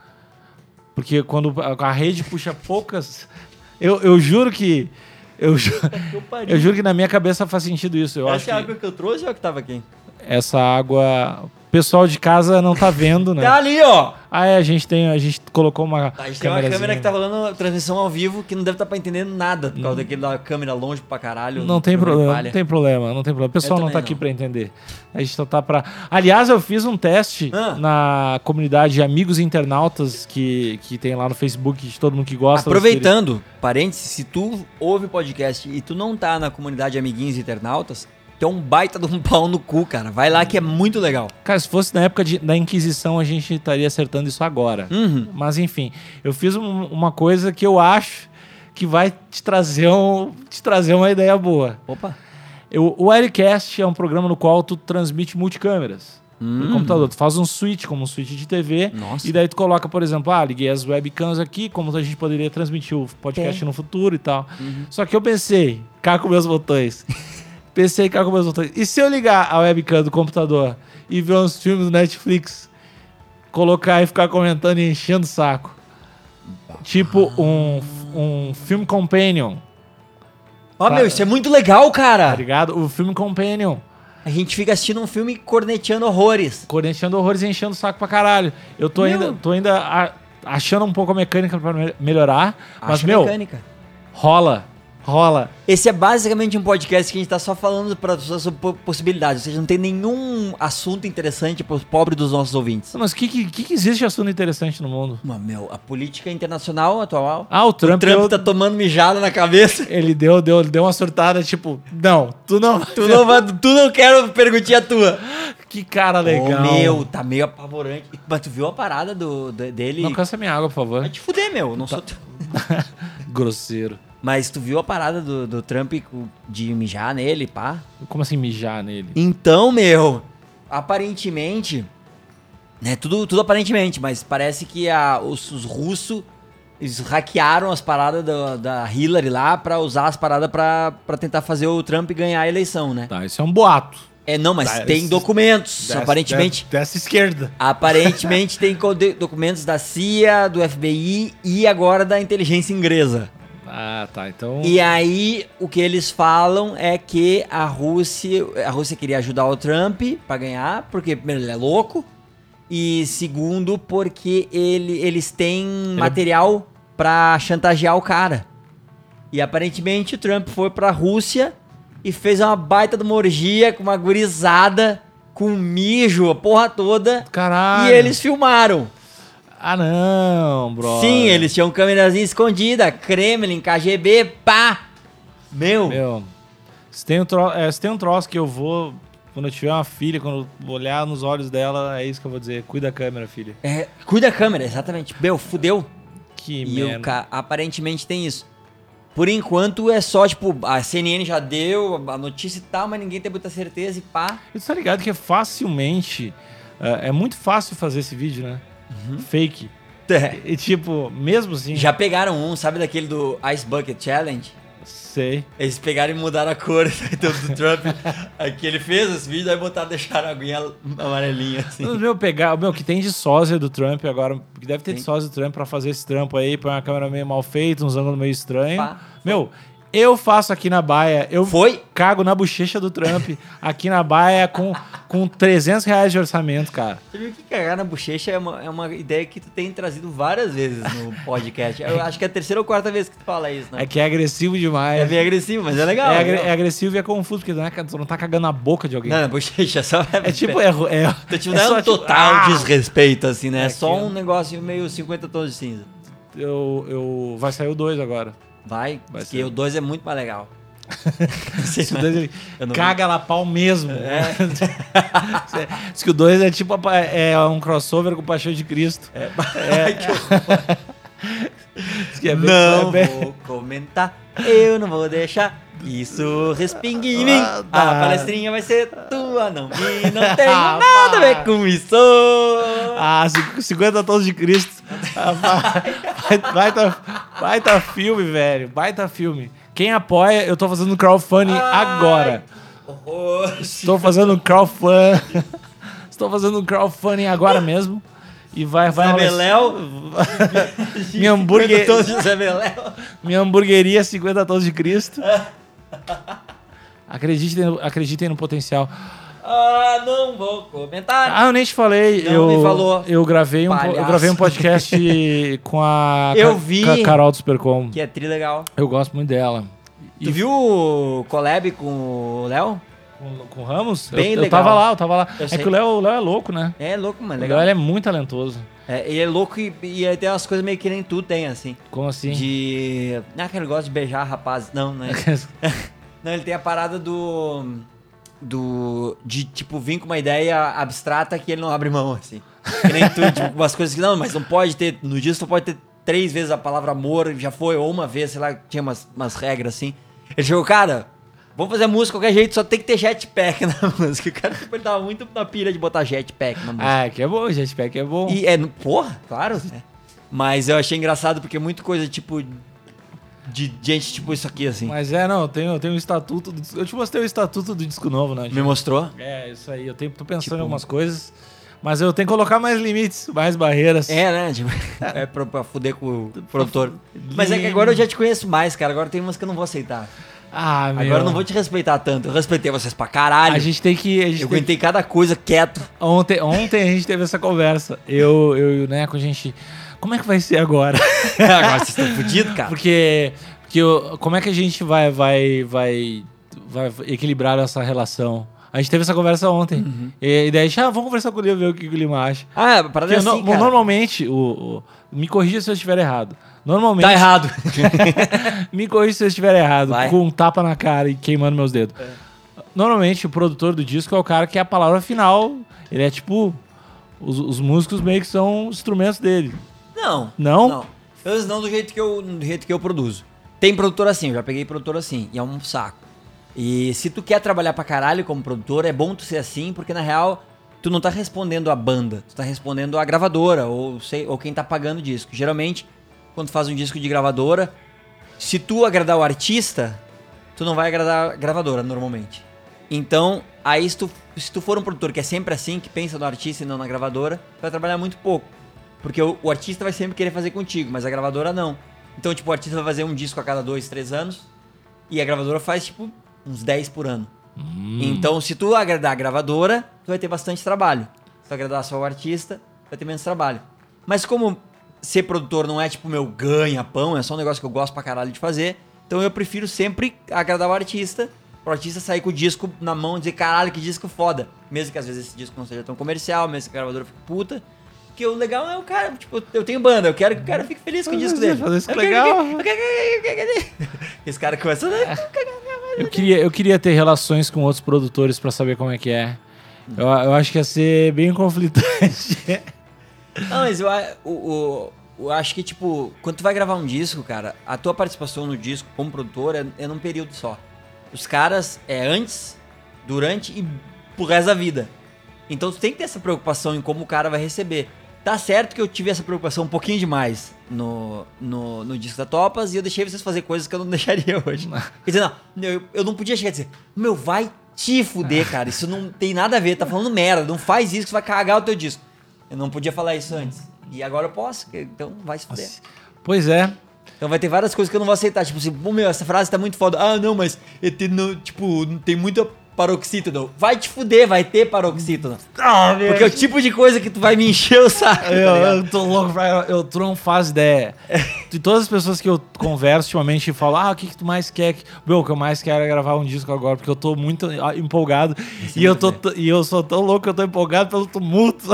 [SPEAKER 1] Porque quando a a rede puxa poucas. Eu, eu juro que. Eu, ju-
[SPEAKER 2] Eu
[SPEAKER 1] eu juro que na minha cabeça faz sentido isso. Eu acho
[SPEAKER 2] Essa é a
[SPEAKER 1] que
[SPEAKER 2] água que eu trouxe ou é a que tava aqui?
[SPEAKER 1] essa água. O pessoal de casa não tá vendo,
[SPEAKER 2] Tá
[SPEAKER 1] né?
[SPEAKER 2] ali, ó.
[SPEAKER 1] Ah, é, a gente tem. A gente colocou uma.
[SPEAKER 2] A gente tem uma câmera que tá rolando transmissão ao vivo que não deve estar tá pra entender nada por causa daquela câmera longe pra caralho.
[SPEAKER 1] Hum. Não tem
[SPEAKER 2] câmera
[SPEAKER 1] problema,
[SPEAKER 2] palha.
[SPEAKER 1] não tem problema, não tem problema. O pessoal não
[SPEAKER 2] também
[SPEAKER 1] tá aqui
[SPEAKER 2] não.
[SPEAKER 1] pra entender. A gente só tá pra. Aliás, eu fiz um teste
[SPEAKER 2] Ah.
[SPEAKER 1] na comunidade Amigos Internautas que, que tem lá no Facebook de todo mundo que gosta. dos
[SPEAKER 2] Aproveitando, parênteses, se tu ouve podcast e tu não tá na comunidade Amiguinhos e Internautas, tu é um baita de um pau no cu, cara. Vai lá que é muito legal.
[SPEAKER 1] queridos. Cara, se fosse na época de- da Inquisição, a gente estaria acertando isso agora.
[SPEAKER 2] Uhum.
[SPEAKER 1] Mas enfim, eu fiz um- uma coisa que eu acho que vai te trazer, um, te trazer uma ideia boa.
[SPEAKER 2] Opa.
[SPEAKER 1] Eu- o Wirecast é um programa no qual tu transmite multicâmeras. No
[SPEAKER 2] Hum.
[SPEAKER 1] computador, tu faz um switch, como um switch de TV,
[SPEAKER 2] Nossa.
[SPEAKER 1] e daí tu coloca, por exemplo, ah, liguei as webcams aqui, como a gente poderia transmitir o podcast no futuro e tal.
[SPEAKER 2] Uhum.
[SPEAKER 1] Só que eu pensei, cá com meus botões. pensei, cá com meus botões. E se eu ligar a webcam do computador e ver uns filmes do Netflix, colocar e ficar comentando e enchendo o saco? Tipo um, um filme companion,
[SPEAKER 2] Ó, meu, isso é muito legal,
[SPEAKER 1] tá
[SPEAKER 2] cara.
[SPEAKER 1] ligado? O filme companion.
[SPEAKER 2] A gente fica assistindo um filme corneteando horrores.
[SPEAKER 1] Corinthians horrores e enchendo o saco pra caralho. Eu tô
[SPEAKER 2] Meu.
[SPEAKER 1] ainda, tô ainda a- achando um pouco a mecânica pra me- melhorar, mas,
[SPEAKER 2] Acho
[SPEAKER 1] meu,
[SPEAKER 2] mecânica.
[SPEAKER 1] rola, rola.
[SPEAKER 2] Esse é basicamente um podcast que a gente tá só falando para pessoas sobre po- possibilidades, ou seja, não tem nenhum assunto interessante pros pobres dos nossos ouvintes.
[SPEAKER 1] Mas o que, que, que que existe de assunto interessante no mundo?
[SPEAKER 2] Mas, meu, a política internacional atual.
[SPEAKER 1] Ah, o Trump,
[SPEAKER 2] O Trump
[SPEAKER 1] deu-
[SPEAKER 2] tá tomando mijada na cabeça.
[SPEAKER 1] ele deu, deu, ele deu uma surtada, tipo, não, tu não...
[SPEAKER 2] Tu não, vai- tu não quero perguntinha tua.
[SPEAKER 1] Que cara legal.
[SPEAKER 2] Ô, meu, tá meio apavorante. Mas tu viu a parada do, de- dele?
[SPEAKER 1] Não cansa minha água, por favor.
[SPEAKER 2] Vai te fuder, meu. Não sou teu. tipo,
[SPEAKER 1] Grosseiro.
[SPEAKER 2] Mas tu viu a parada do, do Trump com- de mijar nele, pá?
[SPEAKER 1] Como assim mijar nele?
[SPEAKER 2] Então, meu, aparentemente, né, tudo, tudo aparentemente, mas parece que a- os, os russos eles hackearam as paradas da- da Hillary lá pra usar as paradas pra, pra tentar fazer o Trump ganhar a eleição, né?
[SPEAKER 1] Tá, isso é um boato.
[SPEAKER 2] É, não, mas
[SPEAKER 1] Tá,
[SPEAKER 2] tem
[SPEAKER 1] esse-
[SPEAKER 2] documentos,
[SPEAKER 1] Dessa-
[SPEAKER 2] aparentemente.
[SPEAKER 1] de- Dessa esquerda.
[SPEAKER 2] Aparentemente tem co- de- documentos da CIA, do FBI e agora da inteligência inglesa.
[SPEAKER 1] Ah, tá, então...
[SPEAKER 2] E aí, o que eles falam é que a Rússia, a Rússia queria ajudar o Trump pra ganhar, porque primeiro ele é louco e segundo porque ele, eles têm material pra chantagear o cara. E aparentemente o Trump foi pra Rússia e fez uma baita de uma orgia com uma gurizada, com mijo, a porra toda.
[SPEAKER 1] Caralho.
[SPEAKER 2] E eles filmaram.
[SPEAKER 1] Ah, não, bro.
[SPEAKER 2] Sim, eles tinham câmerazinha escondida, Kremlin, KGB, pá! Meu,
[SPEAKER 1] Meu, se tem, um tro- é, se tem um troço que eu vou, quando eu tiver uma filha, quando eu olhar nos olhos dela, é isso que eu vou dizer. Cuida da câmera, filha.
[SPEAKER 2] é, cuida da câmera, exatamente. Meu, fudeu.
[SPEAKER 1] Que
[SPEAKER 2] E o
[SPEAKER 1] merda.
[SPEAKER 2] ca- aparentemente tem isso. Por enquanto é só, tipo, a CNN já deu a notícia e tal, mas ninguém tem muita certeza e pá.
[SPEAKER 1] E tu tá ligado que é facilmente, é, é muito fácil fazer esse vídeo, né? Fake. E tipo, mesmo assim,
[SPEAKER 2] Uhum. Já pegaram um, sabe daquele do Ice Bucket Challenge?
[SPEAKER 1] sei.
[SPEAKER 2] Eles pegaram e mudaram a cor do, do Trump. Aqui ele fez os vídeos, aí botaram, deixaram a aguinha amarelinha assim.
[SPEAKER 1] Mas, Meu, pegar, meu, que tem de sósia do Trump agora, que deve ter de
[SPEAKER 2] Sim.
[SPEAKER 1] sósia do Trump pra fazer esse trampo aí, põe uma câmera meio mal feita, uns ângulos meio estranhos.
[SPEAKER 2] Pá.
[SPEAKER 1] Meu, eu faço aqui na baia, eu
[SPEAKER 2] Foi?
[SPEAKER 1] cago na bochecha do Trump aqui na Baia com, com 300 reais de orçamento, cara.
[SPEAKER 2] Você viu que cagar na bochecha é uma, é uma ideia que tu tem trazido várias vezes no podcast. Eu acho que é a terceira ou quarta vez que tu fala isso, né?
[SPEAKER 1] É que é agressivo demais.
[SPEAKER 2] É bem agressivo, mas é
[SPEAKER 1] É
[SPEAKER 2] legal.
[SPEAKER 1] agre-
[SPEAKER 2] legal.
[SPEAKER 1] é agressivo e é confuso, porque não, é, tu não tá cagando na boca de alguém.
[SPEAKER 2] Não, na bochecha só
[SPEAKER 1] É tipo, é. é,
[SPEAKER 2] Tô te
[SPEAKER 1] é
[SPEAKER 2] dando
[SPEAKER 1] só
[SPEAKER 2] um
[SPEAKER 1] tipo,
[SPEAKER 2] total
[SPEAKER 1] ah!
[SPEAKER 2] desrespeito, assim, né?
[SPEAKER 1] É
[SPEAKER 2] É só
[SPEAKER 1] aquilo.
[SPEAKER 2] um negócio meio 50 tons de cinza.
[SPEAKER 1] Eu, eu, vai sair o 2 agora.
[SPEAKER 2] Vai,
[SPEAKER 1] Vai
[SPEAKER 2] porque
[SPEAKER 1] ser.
[SPEAKER 2] o 2 é muito mais legal.
[SPEAKER 1] Se o 2 ele
[SPEAKER 2] Eu não-
[SPEAKER 1] caga lá pau mesmo.
[SPEAKER 2] É.
[SPEAKER 1] Diz que o 2 é tipo a pa- é um crossover com o Paixão de Cristo. É.
[SPEAKER 2] Ai, que horror.
[SPEAKER 1] Diz que é bem.
[SPEAKER 2] Não
[SPEAKER 1] é bem-
[SPEAKER 2] vou comentar, eu não vou deixar isso respingue em mim.
[SPEAKER 1] Ah,
[SPEAKER 2] A
[SPEAKER 1] tá.
[SPEAKER 2] palestrinha vai ser tua, não vi, não tem
[SPEAKER 1] Ah,
[SPEAKER 2] nada a
[SPEAKER 1] para.
[SPEAKER 2] ver com isso.
[SPEAKER 1] Ah, cinqu- 50 tons de Cristo. Ah, vai- vai- Baita, baita filme, velho. Baita filme. Quem apoia, eu tô fazendo crowdfunding agora.
[SPEAKER 2] Horror.
[SPEAKER 1] Estou fazendo crowdfunding. Estou fazendo crowdfunding agora mesmo. E vai, vai.
[SPEAKER 2] Zé Beléu.
[SPEAKER 1] Minha hambúrguer-
[SPEAKER 2] Todos de Zé Beléu.
[SPEAKER 1] Minha hamburgueria 50 tons de Cristo. Acreditem, no- acreditem no potencial.
[SPEAKER 2] Ah, não vou comentar.
[SPEAKER 1] Ah, eu nem te falei.
[SPEAKER 2] Não
[SPEAKER 1] eu,
[SPEAKER 2] me falou.
[SPEAKER 1] Eu gravei, um, po- eu
[SPEAKER 2] Palhaço.
[SPEAKER 1] gravei um podcast com a
[SPEAKER 2] Eu
[SPEAKER 1] Ca-
[SPEAKER 2] vi.
[SPEAKER 1] Ca- Carol do Supercom.
[SPEAKER 2] Que é tri legal.
[SPEAKER 1] Eu gosto muito dela.
[SPEAKER 2] Tu viu o collab com o Léo?
[SPEAKER 1] Com, com o Ramos? Eu-
[SPEAKER 2] Bem
[SPEAKER 1] eu,
[SPEAKER 2] legal.
[SPEAKER 1] tava lá, eu tava lá.
[SPEAKER 2] Eu
[SPEAKER 1] é
[SPEAKER 2] sei.
[SPEAKER 1] que o Léo o Léo é louco, né?
[SPEAKER 2] É louco, mano.
[SPEAKER 1] O Léo
[SPEAKER 2] Legal.
[SPEAKER 1] ele é muito talentoso.
[SPEAKER 2] É, ele é louco e, e aí tem umas coisas meio que nem tu tem, assim.
[SPEAKER 1] Como assim?
[SPEAKER 2] De. Ah, que ele gosta de beijar rapazes. Não, não é. isso. não, ele tem a parada do. Do. De, tipo, vir com uma ideia abstrata que ele não abre mão, assim. Que nem tu, tipo, umas coisas que. Não, mas não pode ter. No dia só pode ter três vezes a palavra amor, já foi, ou uma vez, sei lá, tinha umas, umas regras assim. Ele chegou, cara. Vamos fazer música de qualquer jeito, só tem que ter jetpack na música. O cara tipo, ele tava muito na pilha de botar jetpack na música.
[SPEAKER 1] ah, que é bom, gente. Pé que é bom.
[SPEAKER 2] E é, no- porra, claro, né? Mas eu achei engraçado porque é muita coisa, tipo, de gente, tipo, isso aqui, assim.
[SPEAKER 1] Mas é, não, eu tenho, eu tenho o estatuto. Do, disco- eu te mostrei o estatuto do disco novo, né?
[SPEAKER 2] Me mostrou?
[SPEAKER 1] É, isso aí. Eu tenho, tô pensando
[SPEAKER 2] Tipo-
[SPEAKER 1] em algumas coisas, mas eu tenho que colocar mais limites, mais barreiras.
[SPEAKER 2] É, né? Tipo, é pra, pra fuder com o produtor. Mas é que agora eu já te conheço mais, cara. Agora tem umas que eu não vou aceitar.
[SPEAKER 1] Ah, meu.
[SPEAKER 2] Agora eu não vou te respeitar tanto. Eu respeitei vocês pra caralho.
[SPEAKER 1] A gente tem que. A gente
[SPEAKER 2] Eu
[SPEAKER 1] tem que-
[SPEAKER 2] aguentei cada coisa quieto.
[SPEAKER 1] Ontem, ontem a gente teve essa conversa. Eu, eu e o Neco, a gente. Como é que vai ser agora?
[SPEAKER 2] agora vocês estão fodidos, cara.
[SPEAKER 1] Porque, porque eu- como é que a gente vai, vai, vai, vai equilibrar essa relação? A gente teve essa conversa ontem.
[SPEAKER 2] Uhum.
[SPEAKER 1] E, e daí, a gente, ah, vamos conversar com o Lima, ver o que o Lima acha.
[SPEAKER 2] Ah, a parada
[SPEAKER 1] Porque
[SPEAKER 2] é assim,
[SPEAKER 1] no-
[SPEAKER 2] cara.
[SPEAKER 1] normalmente, o, o- me corrija se eu estiver errado. Normalmente,
[SPEAKER 2] Tá errado.
[SPEAKER 1] me corrija se eu estiver errado,
[SPEAKER 2] Vai. É.
[SPEAKER 1] com um tapa na cara e queimando meus dedos. Normalmente, o produtor do disco é o cara que é a palavra final. Ele é tipo. Os, os músicos meio que são instrumentos dele.
[SPEAKER 2] Não.
[SPEAKER 1] Não?
[SPEAKER 2] Não. Eles não do jeito que eu, do jeito que eu produzo. Tem produtor assim, eu já peguei produtor assim, e é um saco. E se tu quer trabalhar pra caralho como produtor, é bom tu ser assim, porque na real tu não tá respondendo a banda, tu tá respondendo a gravadora ou sei, ou quem tá pagando o disco. Geralmente, quando tu faz um disco de gravadora, se tu agradar o artista, tu não vai agradar a gravadora normalmente. Então, aí se tu, se tu for um produtor que é sempre assim, que pensa no artista e não na gravadora, tu vai trabalhar muito pouco. Porque o, o artista vai sempre querer fazer contigo, mas a gravadora não. Então, tipo, o artista vai fazer um disco a cada dois, três anos, e a gravadora faz, tipo, uns 10 por ano. Então, se tu agradar a gravadora, tu vai ter bastante trabalho. Se tu agradar só o artista, vai ter menos trabalho. Mas como ser produtor não é tipo meu ganha-pão, é só um negócio que eu gosto pra caralho de fazer, então eu prefiro sempre agradar o artista, pro artista sair com o disco na mão e dizer, caralho, que disco foda. Mesmo que às vezes esse disco não seja tão comercial, mesmo que a gravadora fique puta. Porque o legal é o cara, tipo, eu tenho banda, eu quero que o cara fique feliz com o
[SPEAKER 1] Mas
[SPEAKER 2] disco
[SPEAKER 1] você
[SPEAKER 2] dele.
[SPEAKER 1] fazer isso
[SPEAKER 2] Eu quero que-
[SPEAKER 1] legal.
[SPEAKER 2] eu quero que- eu quero que- Esse cara começa.
[SPEAKER 1] Eu queria, eu queria ter relações com outros produtores pra saber como é que é. Eu, eu acho que ia ser bem conflitante.
[SPEAKER 2] Não, mas eu, a- o- o- eu acho que, tipo, quando tu vai gravar um disco, cara, a tua participação no disco como produtor é, é num período só. Os caras é antes, durante e pro resto da vida. Então tu tem que ter essa preocupação em como o cara vai receber. Tá certo que eu tive essa preocupação um pouquinho demais no, no, no disco da Topas e eu deixei vocês fazer coisas que eu não deixaria hoje. Quer dizer, não, eu, eu não podia chegar e dizer, meu, vai te fuder, cara, isso não tem nada a ver, tá falando merda, não faz isso que você vai cagar o teu disco. Eu não podia falar isso antes. E agora eu posso, então vai se fuder.
[SPEAKER 1] pois é.
[SPEAKER 2] Então vai ter várias coisas que eu não vou aceitar. Tipo assim, pô, meu, essa frase tá muito foda. Ah, não, mas eu te- não- tipo, não tem muita paroxítono. Vai te fuder, vai ter paroxítono. Porque é o tipo de coisa que tu vai me encher o saco. tá
[SPEAKER 1] É, Eu,
[SPEAKER 2] ligado?
[SPEAKER 1] eu tô louco pra. Eu, tu não faz ideia. De todas as pessoas que eu converso ultimamente e falo, ah, o que, que tu mais quer? que-" Meu, o que eu mais quero é gravar um disco agora, porque eu tô muito ah, empolgado.
[SPEAKER 2] é
[SPEAKER 1] E eu, tô, t- e eu sou tão louco que eu tô empolgado pelo tumulto.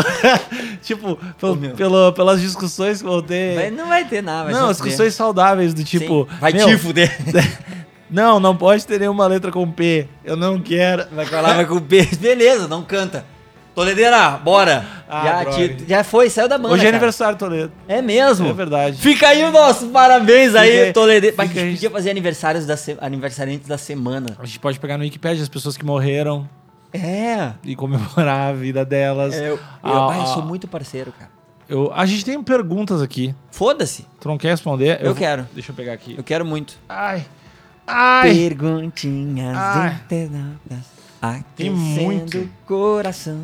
[SPEAKER 1] tipo, pelo-
[SPEAKER 2] Ô, meu.
[SPEAKER 1] pelo- pelas discussões que eu vou ter.
[SPEAKER 2] Vai- não vai ter nada. vai
[SPEAKER 1] não,
[SPEAKER 2] se
[SPEAKER 1] as
[SPEAKER 2] fuder.
[SPEAKER 1] discussões saudáveis do
[SPEAKER 2] Sim.
[SPEAKER 1] tipo.
[SPEAKER 2] Vai
[SPEAKER 1] meu,
[SPEAKER 2] te fuder.
[SPEAKER 1] Não, não pode ter nenhuma letra com P. Eu não quero.
[SPEAKER 2] Vai falar, vai com o P. Beleza, não canta. Toledeira, bora!
[SPEAKER 1] Ah,
[SPEAKER 2] já,
[SPEAKER 1] droga.
[SPEAKER 2] te- já foi, saiu da banda.
[SPEAKER 1] Hoje é
[SPEAKER 2] cara.
[SPEAKER 1] aniversário do Toledo.
[SPEAKER 2] É mesmo?
[SPEAKER 1] É verdade.
[SPEAKER 2] Fica aí o nosso parabéns
[SPEAKER 1] Fica
[SPEAKER 2] aí,
[SPEAKER 1] aí,
[SPEAKER 2] Toledo. Mas a
[SPEAKER 1] fica
[SPEAKER 2] gente
[SPEAKER 1] aí.
[SPEAKER 2] podia fazer aniversários da se... aniversariantes da semana.
[SPEAKER 1] A gente pode pegar no Wikipedia as pessoas que morreram
[SPEAKER 2] É.
[SPEAKER 1] e comemorar a vida delas.
[SPEAKER 2] É, eu, eu,
[SPEAKER 1] Ah,
[SPEAKER 2] bah, eu
[SPEAKER 1] ah.
[SPEAKER 2] sou muito parceiro, cara.
[SPEAKER 1] Eu- a gente tem perguntas aqui.
[SPEAKER 2] Foda-se.
[SPEAKER 1] Tu não quer responder?
[SPEAKER 2] Eu, quero.
[SPEAKER 1] Deixa eu pegar aqui.
[SPEAKER 2] Eu quero muito.
[SPEAKER 1] Ai. Ai.
[SPEAKER 2] Perguntinhas
[SPEAKER 1] Ai.
[SPEAKER 2] internautas.
[SPEAKER 1] Tem
[SPEAKER 2] Aquecendo
[SPEAKER 1] muito.
[SPEAKER 2] o coração.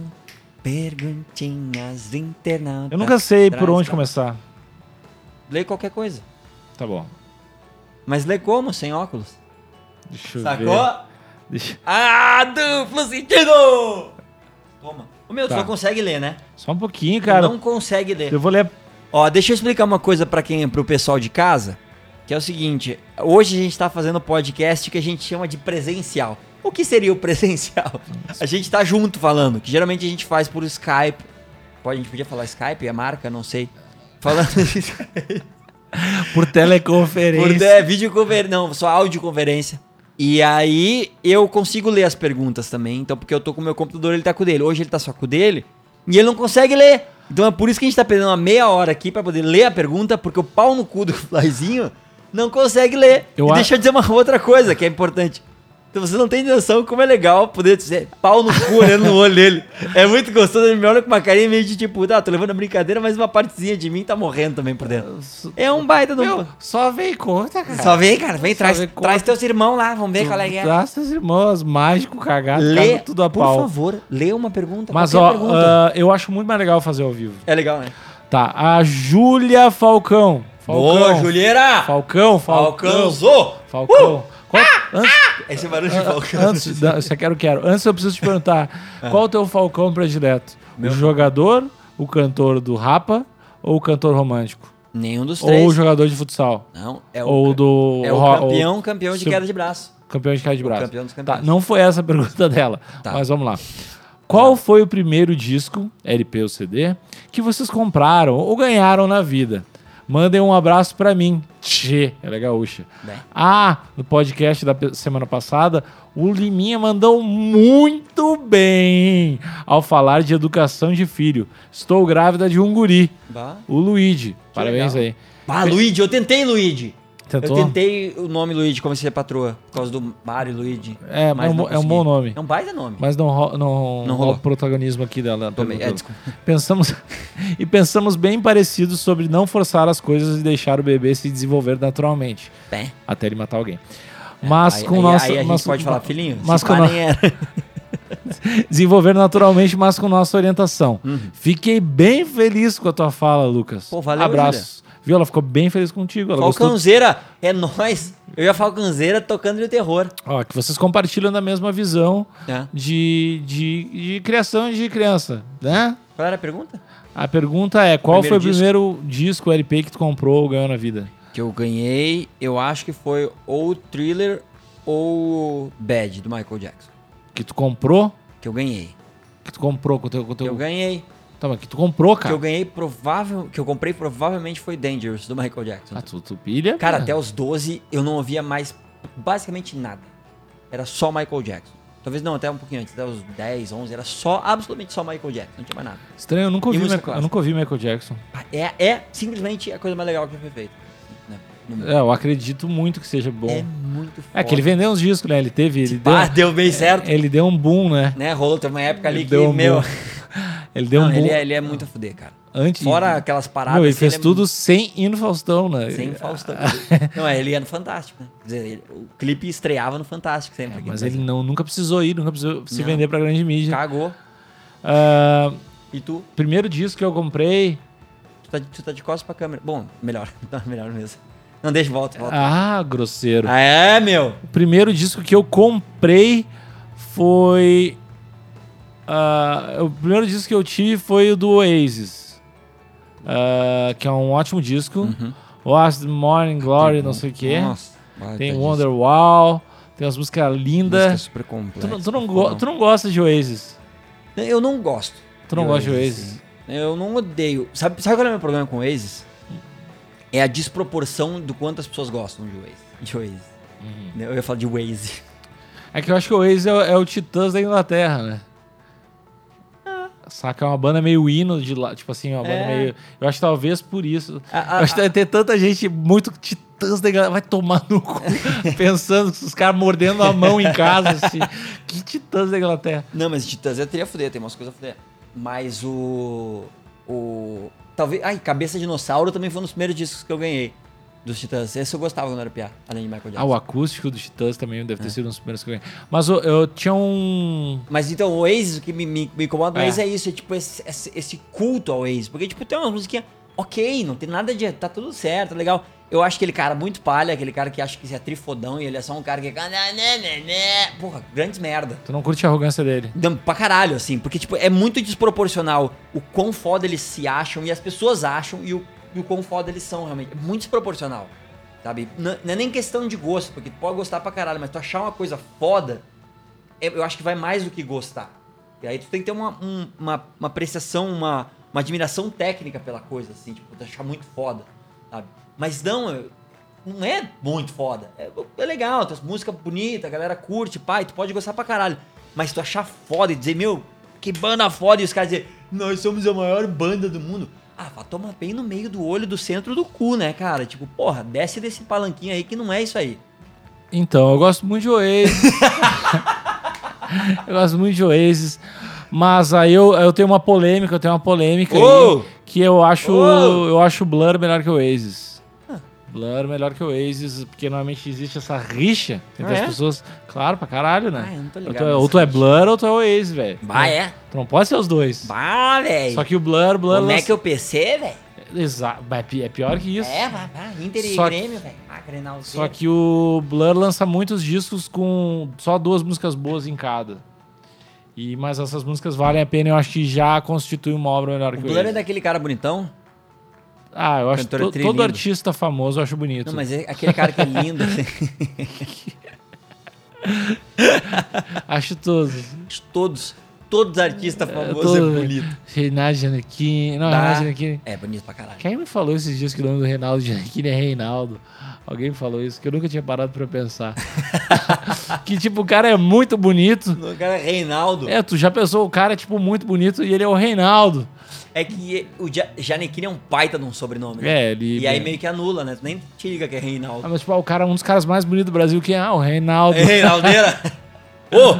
[SPEAKER 2] Perguntinhas internautas.
[SPEAKER 1] Eu nunca sei
[SPEAKER 2] Traz
[SPEAKER 1] por onde
[SPEAKER 2] pra-
[SPEAKER 1] começar.
[SPEAKER 2] Lê qualquer coisa.
[SPEAKER 1] Tá bom.
[SPEAKER 2] Mas lê como? Sem óculos.
[SPEAKER 1] Deixa eu ver.
[SPEAKER 2] Sacou?
[SPEAKER 1] Deixa-
[SPEAKER 2] Ah, duplo sentido! Toma. O meu,
[SPEAKER 1] Tá.
[SPEAKER 2] tu não consegue ler, né?
[SPEAKER 1] Só um pouquinho, cara.
[SPEAKER 2] Tu não consegue ler.
[SPEAKER 1] Eu vou ler.
[SPEAKER 2] Ó, deixa eu explicar uma coisa para quem, pro pessoal de casa, que é o seguinte, hoje a gente tá fazendo podcast que a gente chama de presencial. O que seria o presencial? A gente tá junto falando, que geralmente a gente faz por Skype. Pode, a gente podia falar Skype, é marca, não sei. Falando
[SPEAKER 1] Por
[SPEAKER 2] por
[SPEAKER 1] teleconferência.
[SPEAKER 2] é, videoconferência, não, só audioconferência. E aí eu consigo ler as perguntas também, então porque eu tô com o meu computador, ele tá com o dele. Hoje ele tá só com o dele e ele não consegue ler. Então é por isso que a gente tá perdendo uma meia hora aqui pra poder ler a pergunta, porque o pau no cu do Flyzinho não consegue ler.
[SPEAKER 1] Eu
[SPEAKER 2] e
[SPEAKER 1] a-
[SPEAKER 2] deixa eu dizer uma outra coisa que é importante. Então você não tem noção como é legal poder dizer pau no cu olhando no olho dele. É muito gostoso, ele me olha com uma carinha meio de tipo, tá, tô levando a brincadeira, mas uma partezinha de mim tá morrendo também por dentro. É um baita do
[SPEAKER 1] Meu, só vem conta, cara.
[SPEAKER 2] só vem, cara, vem,
[SPEAKER 1] Só
[SPEAKER 2] traz,
[SPEAKER 1] vem com-
[SPEAKER 2] traz teus irmãos lá, vamos ver qual é que é.
[SPEAKER 1] Traz seus irmãos, mágico, cagado,
[SPEAKER 2] Lê,
[SPEAKER 1] caga tudo a
[SPEAKER 2] por
[SPEAKER 1] pau.
[SPEAKER 2] favor, lê uma pergunta.
[SPEAKER 1] Mas,
[SPEAKER 2] qualquer
[SPEAKER 1] ó,
[SPEAKER 2] pergunta.
[SPEAKER 1] ah, eu acho muito mais legal fazer ao vivo.
[SPEAKER 2] é legal, né?
[SPEAKER 1] Tá, a Júlia Falcão. Falcão.
[SPEAKER 2] Boa, Julieira!
[SPEAKER 1] Falcão, Falcão.
[SPEAKER 2] Falcãozou! Uh!
[SPEAKER 1] Falcão. Qual- antes,
[SPEAKER 2] Esse é barulho
[SPEAKER 1] Ah,
[SPEAKER 2] de Falcão.
[SPEAKER 1] antes, não, isso aqui eu quero. Antes eu preciso te perguntar,
[SPEAKER 2] É.
[SPEAKER 1] qual o teu Falcão predileto? O jogador, o cantor do Rapa ou o cantor romântico?
[SPEAKER 2] Nenhum dos
[SPEAKER 1] Ou o
[SPEAKER 2] três.
[SPEAKER 1] jogador de futsal?
[SPEAKER 2] Não, é o,
[SPEAKER 1] ou
[SPEAKER 2] ca-
[SPEAKER 1] do
[SPEAKER 2] é o
[SPEAKER 1] ro-
[SPEAKER 2] campeão, campeão de
[SPEAKER 1] se-
[SPEAKER 2] queda de braço.
[SPEAKER 1] Campeão de cara de braço.
[SPEAKER 2] campeão dos campeões.
[SPEAKER 1] tá, não foi essa a pergunta dela,
[SPEAKER 2] Tá.
[SPEAKER 1] mas vamos lá. Qual foi o primeiro disco, LP ou CD, que vocês compraram ou ganharam na vida? Mandem um abraço pra mim. Tchê, ela é gaúcha.
[SPEAKER 2] Bem.
[SPEAKER 1] Ah, no podcast da pe- semana passada, o Liminha mandou muito bem ao falar de educação de filho. Estou grávida de um guri,
[SPEAKER 2] Bah.
[SPEAKER 1] o Luigi. Parabéns aí.
[SPEAKER 2] legal. Ah, Luigi, eu tentei Luigi.
[SPEAKER 1] Tentou?
[SPEAKER 2] Eu tentei o nome Luigi como se ser patroa, por causa do Mario e Luigi.
[SPEAKER 1] É,
[SPEAKER 2] mas
[SPEAKER 1] é um bo-
[SPEAKER 2] não
[SPEAKER 1] é um
[SPEAKER 2] consegui.
[SPEAKER 1] bom nome.
[SPEAKER 2] É um baita nome.
[SPEAKER 1] Mas não, ro- não,
[SPEAKER 2] Não
[SPEAKER 1] não
[SPEAKER 2] rolou.
[SPEAKER 1] o protagonismo aqui dela. né,
[SPEAKER 2] Tomei, é, desculpa.
[SPEAKER 1] Pensamos e pensamos bem parecidos sobre não forçar as coisas e deixar o bebê se desenvolver naturalmente,
[SPEAKER 2] Bem,
[SPEAKER 1] até ele matar alguém. Mas
[SPEAKER 2] É, aí,
[SPEAKER 1] com
[SPEAKER 2] aí-
[SPEAKER 1] nossa,
[SPEAKER 2] aí a gente
[SPEAKER 1] nosso-
[SPEAKER 2] pode falar, filhinho,
[SPEAKER 1] mas
[SPEAKER 2] se
[SPEAKER 1] com
[SPEAKER 2] pá, né?"
[SPEAKER 1] no-
[SPEAKER 2] nem era.
[SPEAKER 1] desenvolver naturalmente, mas com nossa orientação. Fiquei bem feliz com a tua fala, Lucas.
[SPEAKER 2] Uhum. Pô, valeu,
[SPEAKER 1] Abraços. Viu? Ela ficou bem feliz contigo. Ela gostou.
[SPEAKER 2] Falcãozeira, é nós. Eu ia Falcãozeira tocando no terror.
[SPEAKER 1] Ó, que vocês compartilham da mesma visão
[SPEAKER 2] É.
[SPEAKER 1] de, de, de criação de criança, né?
[SPEAKER 2] Qual era a pergunta?
[SPEAKER 1] A pergunta é: qual
[SPEAKER 2] Primeiro
[SPEAKER 1] foi o
[SPEAKER 2] disco?
[SPEAKER 1] primeiro disco LP que tu comprou ou ganhou na vida?
[SPEAKER 2] Que eu ganhei, eu acho que foi ou Thriller ou Bad, do Michael Jackson.
[SPEAKER 1] Que tu comprou?
[SPEAKER 2] Que eu ganhei.
[SPEAKER 1] Que tu comprou com o teu. Com o
[SPEAKER 2] Que
[SPEAKER 1] teu...
[SPEAKER 2] eu ganhei.
[SPEAKER 1] Tá, mas que tu comprou,
[SPEAKER 2] Que
[SPEAKER 1] cara.
[SPEAKER 2] eu ganhei provável. Que eu comprei provavelmente foi Dangerous, do Michael Jackson.
[SPEAKER 1] Ah, tu, tu pilha?
[SPEAKER 2] Cara, até os 12 eu não ouvia mais basicamente nada. Era só Michael Jackson. Talvez não, até um pouquinho antes, até os 10, 11, era só, absolutamente só Michael Jackson, não tinha mais nada.
[SPEAKER 1] Estranho, eu nunca, ouvi
[SPEAKER 2] música
[SPEAKER 1] Michael,
[SPEAKER 2] clássica?
[SPEAKER 1] eu nunca ouvi Michael Jackson.
[SPEAKER 2] É, é simplesmente a coisa mais legal que já foi feita. né, no mundo.
[SPEAKER 1] É, eu acredito muito que seja bom.
[SPEAKER 2] É
[SPEAKER 1] É,
[SPEAKER 2] muito foda.
[SPEAKER 1] que ele vendeu uns discos, né? Ele teve. Ele deu,
[SPEAKER 2] Ah, deu bem certo.
[SPEAKER 1] ele deu um boom, né?
[SPEAKER 2] Né, rolou, teve uma época ali
[SPEAKER 1] Ele
[SPEAKER 2] que,
[SPEAKER 1] deu um
[SPEAKER 2] meu...
[SPEAKER 1] boom. Ele deu
[SPEAKER 2] Não,
[SPEAKER 1] um boom.
[SPEAKER 2] ele, é, ele é muito a fuder, cara.
[SPEAKER 1] Antes.
[SPEAKER 2] Fora aquelas paradas...
[SPEAKER 1] Meu, ele
[SPEAKER 2] assim,
[SPEAKER 1] fez
[SPEAKER 2] é
[SPEAKER 1] tudo sem ir no Faustão, né?
[SPEAKER 2] Sem Faustão. não, é, ele ia no Fantástico, né? Quer dizer, ele- o clipe estreava no Fantástico sempre. aqui no
[SPEAKER 1] É, Ah, Mas
[SPEAKER 2] Brasil.
[SPEAKER 1] ele não, nunca precisou ir, nunca precisou se
[SPEAKER 2] Não.
[SPEAKER 1] vender pra grande mídia.
[SPEAKER 2] Cagou.
[SPEAKER 1] Ah,
[SPEAKER 2] E tu?
[SPEAKER 1] primeiro disco que eu comprei.
[SPEAKER 2] Tu tá, de- tu tá de costas pra câmera. Bom, melhor. Não, melhor mesmo. Não, deixa, volta, volta.
[SPEAKER 1] Ah, grosseiro.
[SPEAKER 2] Ah, é, meu.
[SPEAKER 1] O primeiro disco que eu comprei foi. ah, o primeiro disco que eu tive foi o do Oasis. Ah, que é um ótimo disco. Last Morning Glory, não sei o quê.
[SPEAKER 2] Nossa. vai,
[SPEAKER 1] tem
[SPEAKER 2] tá
[SPEAKER 1] Wonderwall. Tem umas músicas
[SPEAKER 2] disso. Música
[SPEAKER 1] lindas.
[SPEAKER 2] super
[SPEAKER 1] Tu, não-
[SPEAKER 2] complexa.
[SPEAKER 1] tu não go- tu não gosta de Oasis.
[SPEAKER 2] Eu não gosto.
[SPEAKER 1] Tu não
[SPEAKER 2] de
[SPEAKER 1] gosta de
[SPEAKER 2] sim.
[SPEAKER 1] Oasis.
[SPEAKER 2] Eu não odeio. Sabe, sabe qual é o meu problema com o Oasis? É a desproporção do quanto as pessoas gostam de Oasis. De Oasis.
[SPEAKER 1] Uhum.
[SPEAKER 2] Eu ia falar de Waze.
[SPEAKER 1] É que eu acho que o Oasis é, o- é o Titãs da Inglaterra, né? Saca? É uma banda meio hino de lá, tipo assim, uma banda
[SPEAKER 2] Ah. É.
[SPEAKER 1] meio. Eu acho que talvez por isso.
[SPEAKER 2] A- a-
[SPEAKER 1] eu acho que deve ter tanta gente muito titãs da galera. Vai tomar no cu, pensando que os caras mordendo a mão em casa, assim. Que titãs da Inglaterra.
[SPEAKER 2] Não, mas Titãs eu teria fuder, tem umas coisas a fuder. Mas o. O. Talvez. Ai, Cabeça de Dinossauro também foi um dos primeiros discos que eu ganhei dos Titãs. Esse eu gostava quando era piá, além de Michael
[SPEAKER 1] Ah,
[SPEAKER 2] Jackson.
[SPEAKER 1] o acústico do Titãs também
[SPEAKER 2] É.
[SPEAKER 1] deve ter sido um dos primeiros que eu ganhei. Mas eu, eu tinha um.
[SPEAKER 2] Mas então, o Oasis, o que me, me, me incomoda
[SPEAKER 1] É.
[SPEAKER 2] mais é isso, é tipo esse, esse- esse culto ao Oasis. Porque, tipo, tem umas musiquinhas, ok, não tem nada de. tá tudo certo, tá legal. Eu acho aquele cara muito palha, aquele cara que acha que é trifodão e ele é só um cara que. né, Porra, grandes merda.
[SPEAKER 1] Tu não curte a arrogância dele.
[SPEAKER 2] Não, pra caralho, assim, porque, tipo, é muito desproporcional o quão foda eles se acham e as pessoas acham e o, e o quão foda eles são, realmente. É muito desproporcional, sabe? Não, não é nem questão de gosto, porque tu pode gostar pra caralho, mas tu achar uma coisa foda, é- eu acho que vai mais do que gostar. E aí tu tem que ter uma, um- uma, uma apreciação, uma, uma admiração técnica pela coisa, assim, tipo, tu achar muito foda, sabe? Mas não, eu- não é muito foda. É, é legal, tem as músicas bonitas, a galera curte, pai, tu pode gostar pra caralho. Mas tu achar foda e dizer, meu, que banda foda, e os caras dizer, nós somos a maior banda do mundo. Ah, vai tomar bem no meio do olho do centro do cu, né, cara? Tipo, porra, desce desse palanquinho aí que não é isso aí.
[SPEAKER 1] Então, eu gosto muito de Oasis. eu gosto muito de Oasis. Mas aí eu, eu tenho uma polêmica, eu tenho uma polêmica aí,
[SPEAKER 2] Ô!
[SPEAKER 1] que eu acho
[SPEAKER 2] Ô!
[SPEAKER 1] eu acho Blur melhor que o Oasis.
[SPEAKER 2] Ah.
[SPEAKER 1] Blur melhor que o Oasis, porque normalmente existe essa rixa entre
[SPEAKER 2] Ah,
[SPEAKER 1] as
[SPEAKER 2] é?
[SPEAKER 1] pessoas. Claro, pra caralho, né?
[SPEAKER 2] Ah, eu não tô
[SPEAKER 1] Ou
[SPEAKER 2] ligado
[SPEAKER 1] tu é-
[SPEAKER 2] nessa
[SPEAKER 1] ou tu é
[SPEAKER 2] rixa.
[SPEAKER 1] Blur ou tu é Oasis, velho.
[SPEAKER 2] Bah, é?
[SPEAKER 1] Tu não pode ser os dois.
[SPEAKER 2] Bah, velho.
[SPEAKER 1] Só que o Blur, Blur...
[SPEAKER 2] Como é que eu PC, velho?
[SPEAKER 1] Exa- é pi- é pior que isso.
[SPEAKER 2] É, bah, bah, Inter e
[SPEAKER 1] Só que-
[SPEAKER 2] Grêmio, velho. Ah, Grenalzinho.
[SPEAKER 1] Só que o Blur lança muitos discos com só duas músicas boas em cada. E, mas essas músicas valem a pena, eu acho que já constitui uma obra melhor
[SPEAKER 2] O
[SPEAKER 1] que
[SPEAKER 2] Blur é
[SPEAKER 1] Oasis.
[SPEAKER 2] daquele cara bonitão?
[SPEAKER 1] Ah, eu acho
[SPEAKER 2] Cantora
[SPEAKER 1] to,
[SPEAKER 2] Trilindo.
[SPEAKER 1] todo artista famoso eu acho bonito.
[SPEAKER 2] Não, mas é aquele cara que é lindo, assim.
[SPEAKER 1] Acho todos.
[SPEAKER 2] Todos. Todos artistas famosos é bonito.
[SPEAKER 1] Reinaldo Giannichini. Não,
[SPEAKER 2] Tá.
[SPEAKER 1] Reinaldo Giannichini.
[SPEAKER 2] É bonito pra caralho.
[SPEAKER 1] Quem me falou esses dias que o nome do Reinaldo Giannichini é Reinaldo? Alguém me falou isso, que eu nunca tinha parado pra pensar. que tipo, o cara é muito bonito.
[SPEAKER 2] O cara é Reinaldo. É,
[SPEAKER 1] É, tu já pensou, o cara é tipo muito bonito e ele é o Reinaldo.
[SPEAKER 2] que o Ja- Janequine é um baita de um sobrenome. né?
[SPEAKER 1] É, ele.
[SPEAKER 2] E aí meio que anula, né? Tu nem te liga que é Reinaldo.
[SPEAKER 1] Ah, mas, tipo, ah, o cara é um dos caras mais bonitos do Brasil, que é ah, o Reinaldo.
[SPEAKER 2] É Reinaldeira! Ô!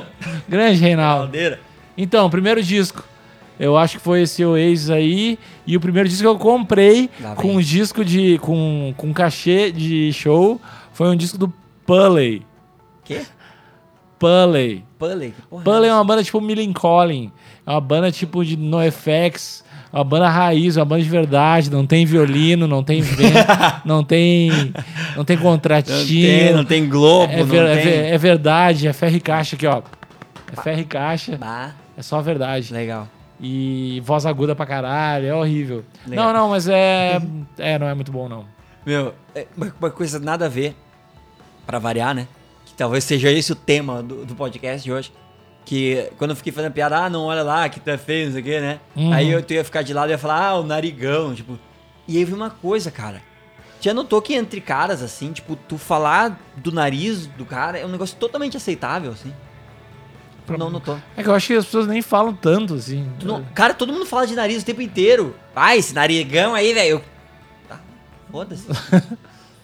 [SPEAKER 1] Grande Reinaldo.
[SPEAKER 2] Reinaldeira!
[SPEAKER 1] Então, primeiro disco. Eu acho que foi esse Oasis aí. E o primeiro disco que eu comprei
[SPEAKER 2] Lá vem.
[SPEAKER 1] com um disco de. com, com um cachê de show foi um disco do Pulley.
[SPEAKER 2] Quê?
[SPEAKER 1] Pulley.
[SPEAKER 2] Pulley? Que porra
[SPEAKER 1] Pulley é
[SPEAKER 2] essa?
[SPEAKER 1] uma banda tipo Millencolin. É uma banda tipo de NoFX. Uma banda raiz, uma banda de verdade. Não tem violino, não tem vento, não tem. Não tem contratinho.
[SPEAKER 2] Não tem, não tem Globo,
[SPEAKER 1] É,
[SPEAKER 2] não
[SPEAKER 1] ver- é
[SPEAKER 2] tem...
[SPEAKER 1] ver- é verdade, é ferro e caixa aqui, ó. É ferro e caixa,
[SPEAKER 2] Bah,
[SPEAKER 1] é só verdade.
[SPEAKER 2] legal.
[SPEAKER 1] E voz aguda pra caralho, é horrível.
[SPEAKER 2] Legal.
[SPEAKER 1] Não, não, mas é. É, não é muito bom, não.
[SPEAKER 2] Meu, é uma, uma coisa nada a ver, pra variar, né? Que talvez seja esse o tema do, do podcast de hoje. Que quando eu fiquei fazendo piada, ah, não olha lá, que tu é feio, não sei o quê, né?
[SPEAKER 1] Uhum.
[SPEAKER 2] Aí eu, tu ia ficar de lado e ia falar, ah, o narigão, tipo. E aí vi uma coisa, cara. Já notou que entre caras, assim, tipo, tu falar do nariz do cara é um negócio totalmente aceitável, assim?
[SPEAKER 1] Pra-
[SPEAKER 2] Não notou.
[SPEAKER 1] É que eu acho que as pessoas nem falam tanto, assim.
[SPEAKER 2] Tu não- Cara, todo mundo fala de nariz o tempo inteiro. Ah, esse narigão aí, velho. Tá, foda-se.